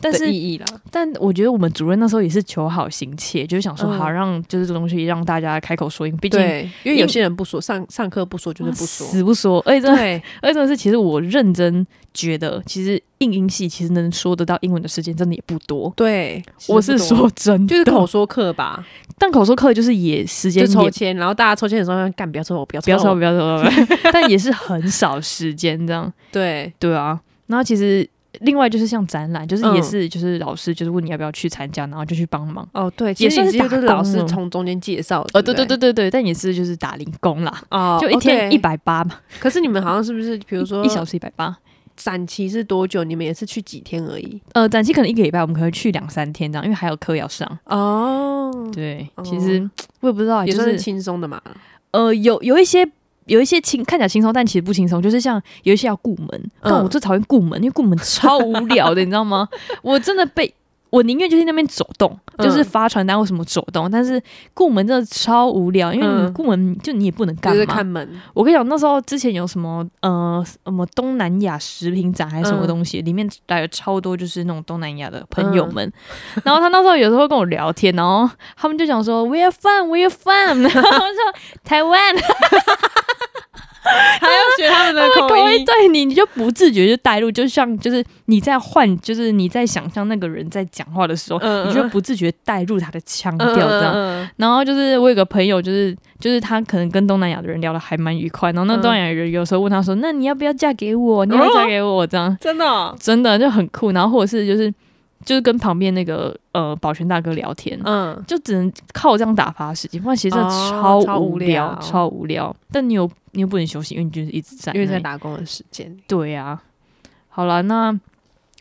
[SPEAKER 1] 但
[SPEAKER 2] 的
[SPEAKER 1] 是，
[SPEAKER 2] 意义啦，
[SPEAKER 1] 但我觉得我们主任那时候也是求好心切，就是想说
[SPEAKER 2] 嗯
[SPEAKER 1] 好让就是这东西让大家开口说，因为毕竟
[SPEAKER 2] 对，因为有些人不说，上上课不说就是不说。
[SPEAKER 1] 死不说，而且真的，
[SPEAKER 2] 对，
[SPEAKER 1] 而且真的是，其实我认真觉得，其实应英系其实能说得到英文的时间真的也不多。
[SPEAKER 2] 对，
[SPEAKER 1] 我是
[SPEAKER 2] 其实不多。
[SPEAKER 1] 说真的，
[SPEAKER 2] 就是口说课吧，
[SPEAKER 1] 但口说课就是也时间
[SPEAKER 2] 就抽
[SPEAKER 1] 也
[SPEAKER 2] 签，然后大家抽签的时候干，不要抽我，不要抽
[SPEAKER 1] 不要说
[SPEAKER 2] 我。
[SPEAKER 1] 不要说，不要说 但也是很少时间这样。
[SPEAKER 2] 对，
[SPEAKER 1] 对啊，然后其实另外就是像展览，就是
[SPEAKER 2] 嗯
[SPEAKER 1] 也是就是老师就是问你要不要去参加，然后就去帮忙。
[SPEAKER 2] 哦对，
[SPEAKER 1] 也
[SPEAKER 2] 其实
[SPEAKER 1] 算
[SPEAKER 2] 你
[SPEAKER 1] 是
[SPEAKER 2] 几乎都是
[SPEAKER 1] 打工
[SPEAKER 2] 老师
[SPEAKER 1] 了
[SPEAKER 2] 从中间介绍的。
[SPEAKER 1] 呃，对
[SPEAKER 2] 哦对
[SPEAKER 1] 对
[SPEAKER 2] 不
[SPEAKER 1] 对，对对，但也是就是打零工啦，
[SPEAKER 2] 哦，
[SPEAKER 1] 就一
[SPEAKER 2] 哦
[SPEAKER 1] 天
[SPEAKER 2] 对
[SPEAKER 1] 一百八嘛，
[SPEAKER 2] 可是你们好像是不是，比如说
[SPEAKER 1] 一小时一百八。
[SPEAKER 2] 展期是多久？你们也是去几天而已。
[SPEAKER 1] 呃，展期可能一个礼拜，我们可能去两三天这样，因为还有课要上。
[SPEAKER 2] 哦，
[SPEAKER 1] 对，
[SPEAKER 2] 哦
[SPEAKER 1] 其实我也不知道啊，
[SPEAKER 2] 也
[SPEAKER 1] 就
[SPEAKER 2] 算是
[SPEAKER 1] 是
[SPEAKER 2] 轻松的嘛。
[SPEAKER 1] 呃，有有一些有一些轻，看起来轻松，但其实不轻松。就是像有一些要顾门，但
[SPEAKER 2] 嗯
[SPEAKER 1] 我最讨厌顾门，因为顾门超无聊的，你知道吗？我真的被我宁愿就是那边走动，
[SPEAKER 2] 嗯
[SPEAKER 1] 就是发传单或什么走动，但是顾门真的超无聊，因为你
[SPEAKER 2] 嗯
[SPEAKER 1] 顾门就你也不能干嘛。
[SPEAKER 2] 就是看门，
[SPEAKER 1] 我跟你讲，那时候之前有什么呃什么东南亚食品展还是什
[SPEAKER 2] 嗯
[SPEAKER 1] 么东西，里面来了超多就是那种东南亚的朋
[SPEAKER 2] 嗯
[SPEAKER 1] 友们，然后他那时候有时候跟我聊天，然后他 们就讲说 Where you from Where you from，然后我就说台湾，
[SPEAKER 2] 还要学他们的
[SPEAKER 1] 他们
[SPEAKER 2] 哦口
[SPEAKER 1] 口音
[SPEAKER 2] 音，
[SPEAKER 1] 对你，你就不自觉就带入，就像就是你在换，就是你在想象那个人在讲话的时候，
[SPEAKER 2] 嗯
[SPEAKER 1] 你就不自觉带入他的腔
[SPEAKER 2] 嗯
[SPEAKER 1] 调这样。
[SPEAKER 2] 嗯嗯
[SPEAKER 1] 然后就是我有个朋友，就是就是他可能跟东南亚的人聊得还蛮愉快，然后那
[SPEAKER 2] 嗯
[SPEAKER 1] 东南亚人有时候问他说：“那你要不要嫁给我？你要不要嫁给我？”这样
[SPEAKER 2] 真的哦，
[SPEAKER 1] 真的就很酷。然后或者是就是就是跟旁边那个呃保全大哥聊天，
[SPEAKER 2] 嗯，
[SPEAKER 1] 就只能靠这样打发时间，不然其实真的
[SPEAKER 2] 哦
[SPEAKER 1] 超
[SPEAKER 2] 超无
[SPEAKER 1] 无聊，
[SPEAKER 2] 聊
[SPEAKER 1] 超无聊。但你又你又不能休息，因为你就是一直在那
[SPEAKER 2] 因
[SPEAKER 1] 里，
[SPEAKER 2] 为在打工的时间，
[SPEAKER 1] 对啊，好了，那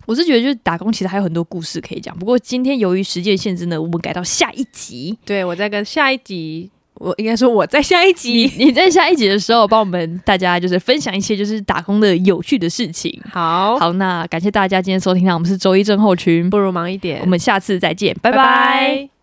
[SPEAKER 1] 我是觉得就是打工其实还有很多故事可以讲，不过今天由于时间限制呢，我们改到下一集。
[SPEAKER 2] 对我在跟下一集，我应该说我在下一
[SPEAKER 1] 你
[SPEAKER 2] 集，
[SPEAKER 1] 你在下一集的时候帮我们大家就是分享一些就是打工的有趣的事情。
[SPEAKER 2] 好，
[SPEAKER 1] 好，那感谢大家今天收听啦，我们是周一症候群，
[SPEAKER 2] 不如忙一点，
[SPEAKER 1] 我们下次再见，拜
[SPEAKER 2] 拜
[SPEAKER 1] 拜
[SPEAKER 2] 拜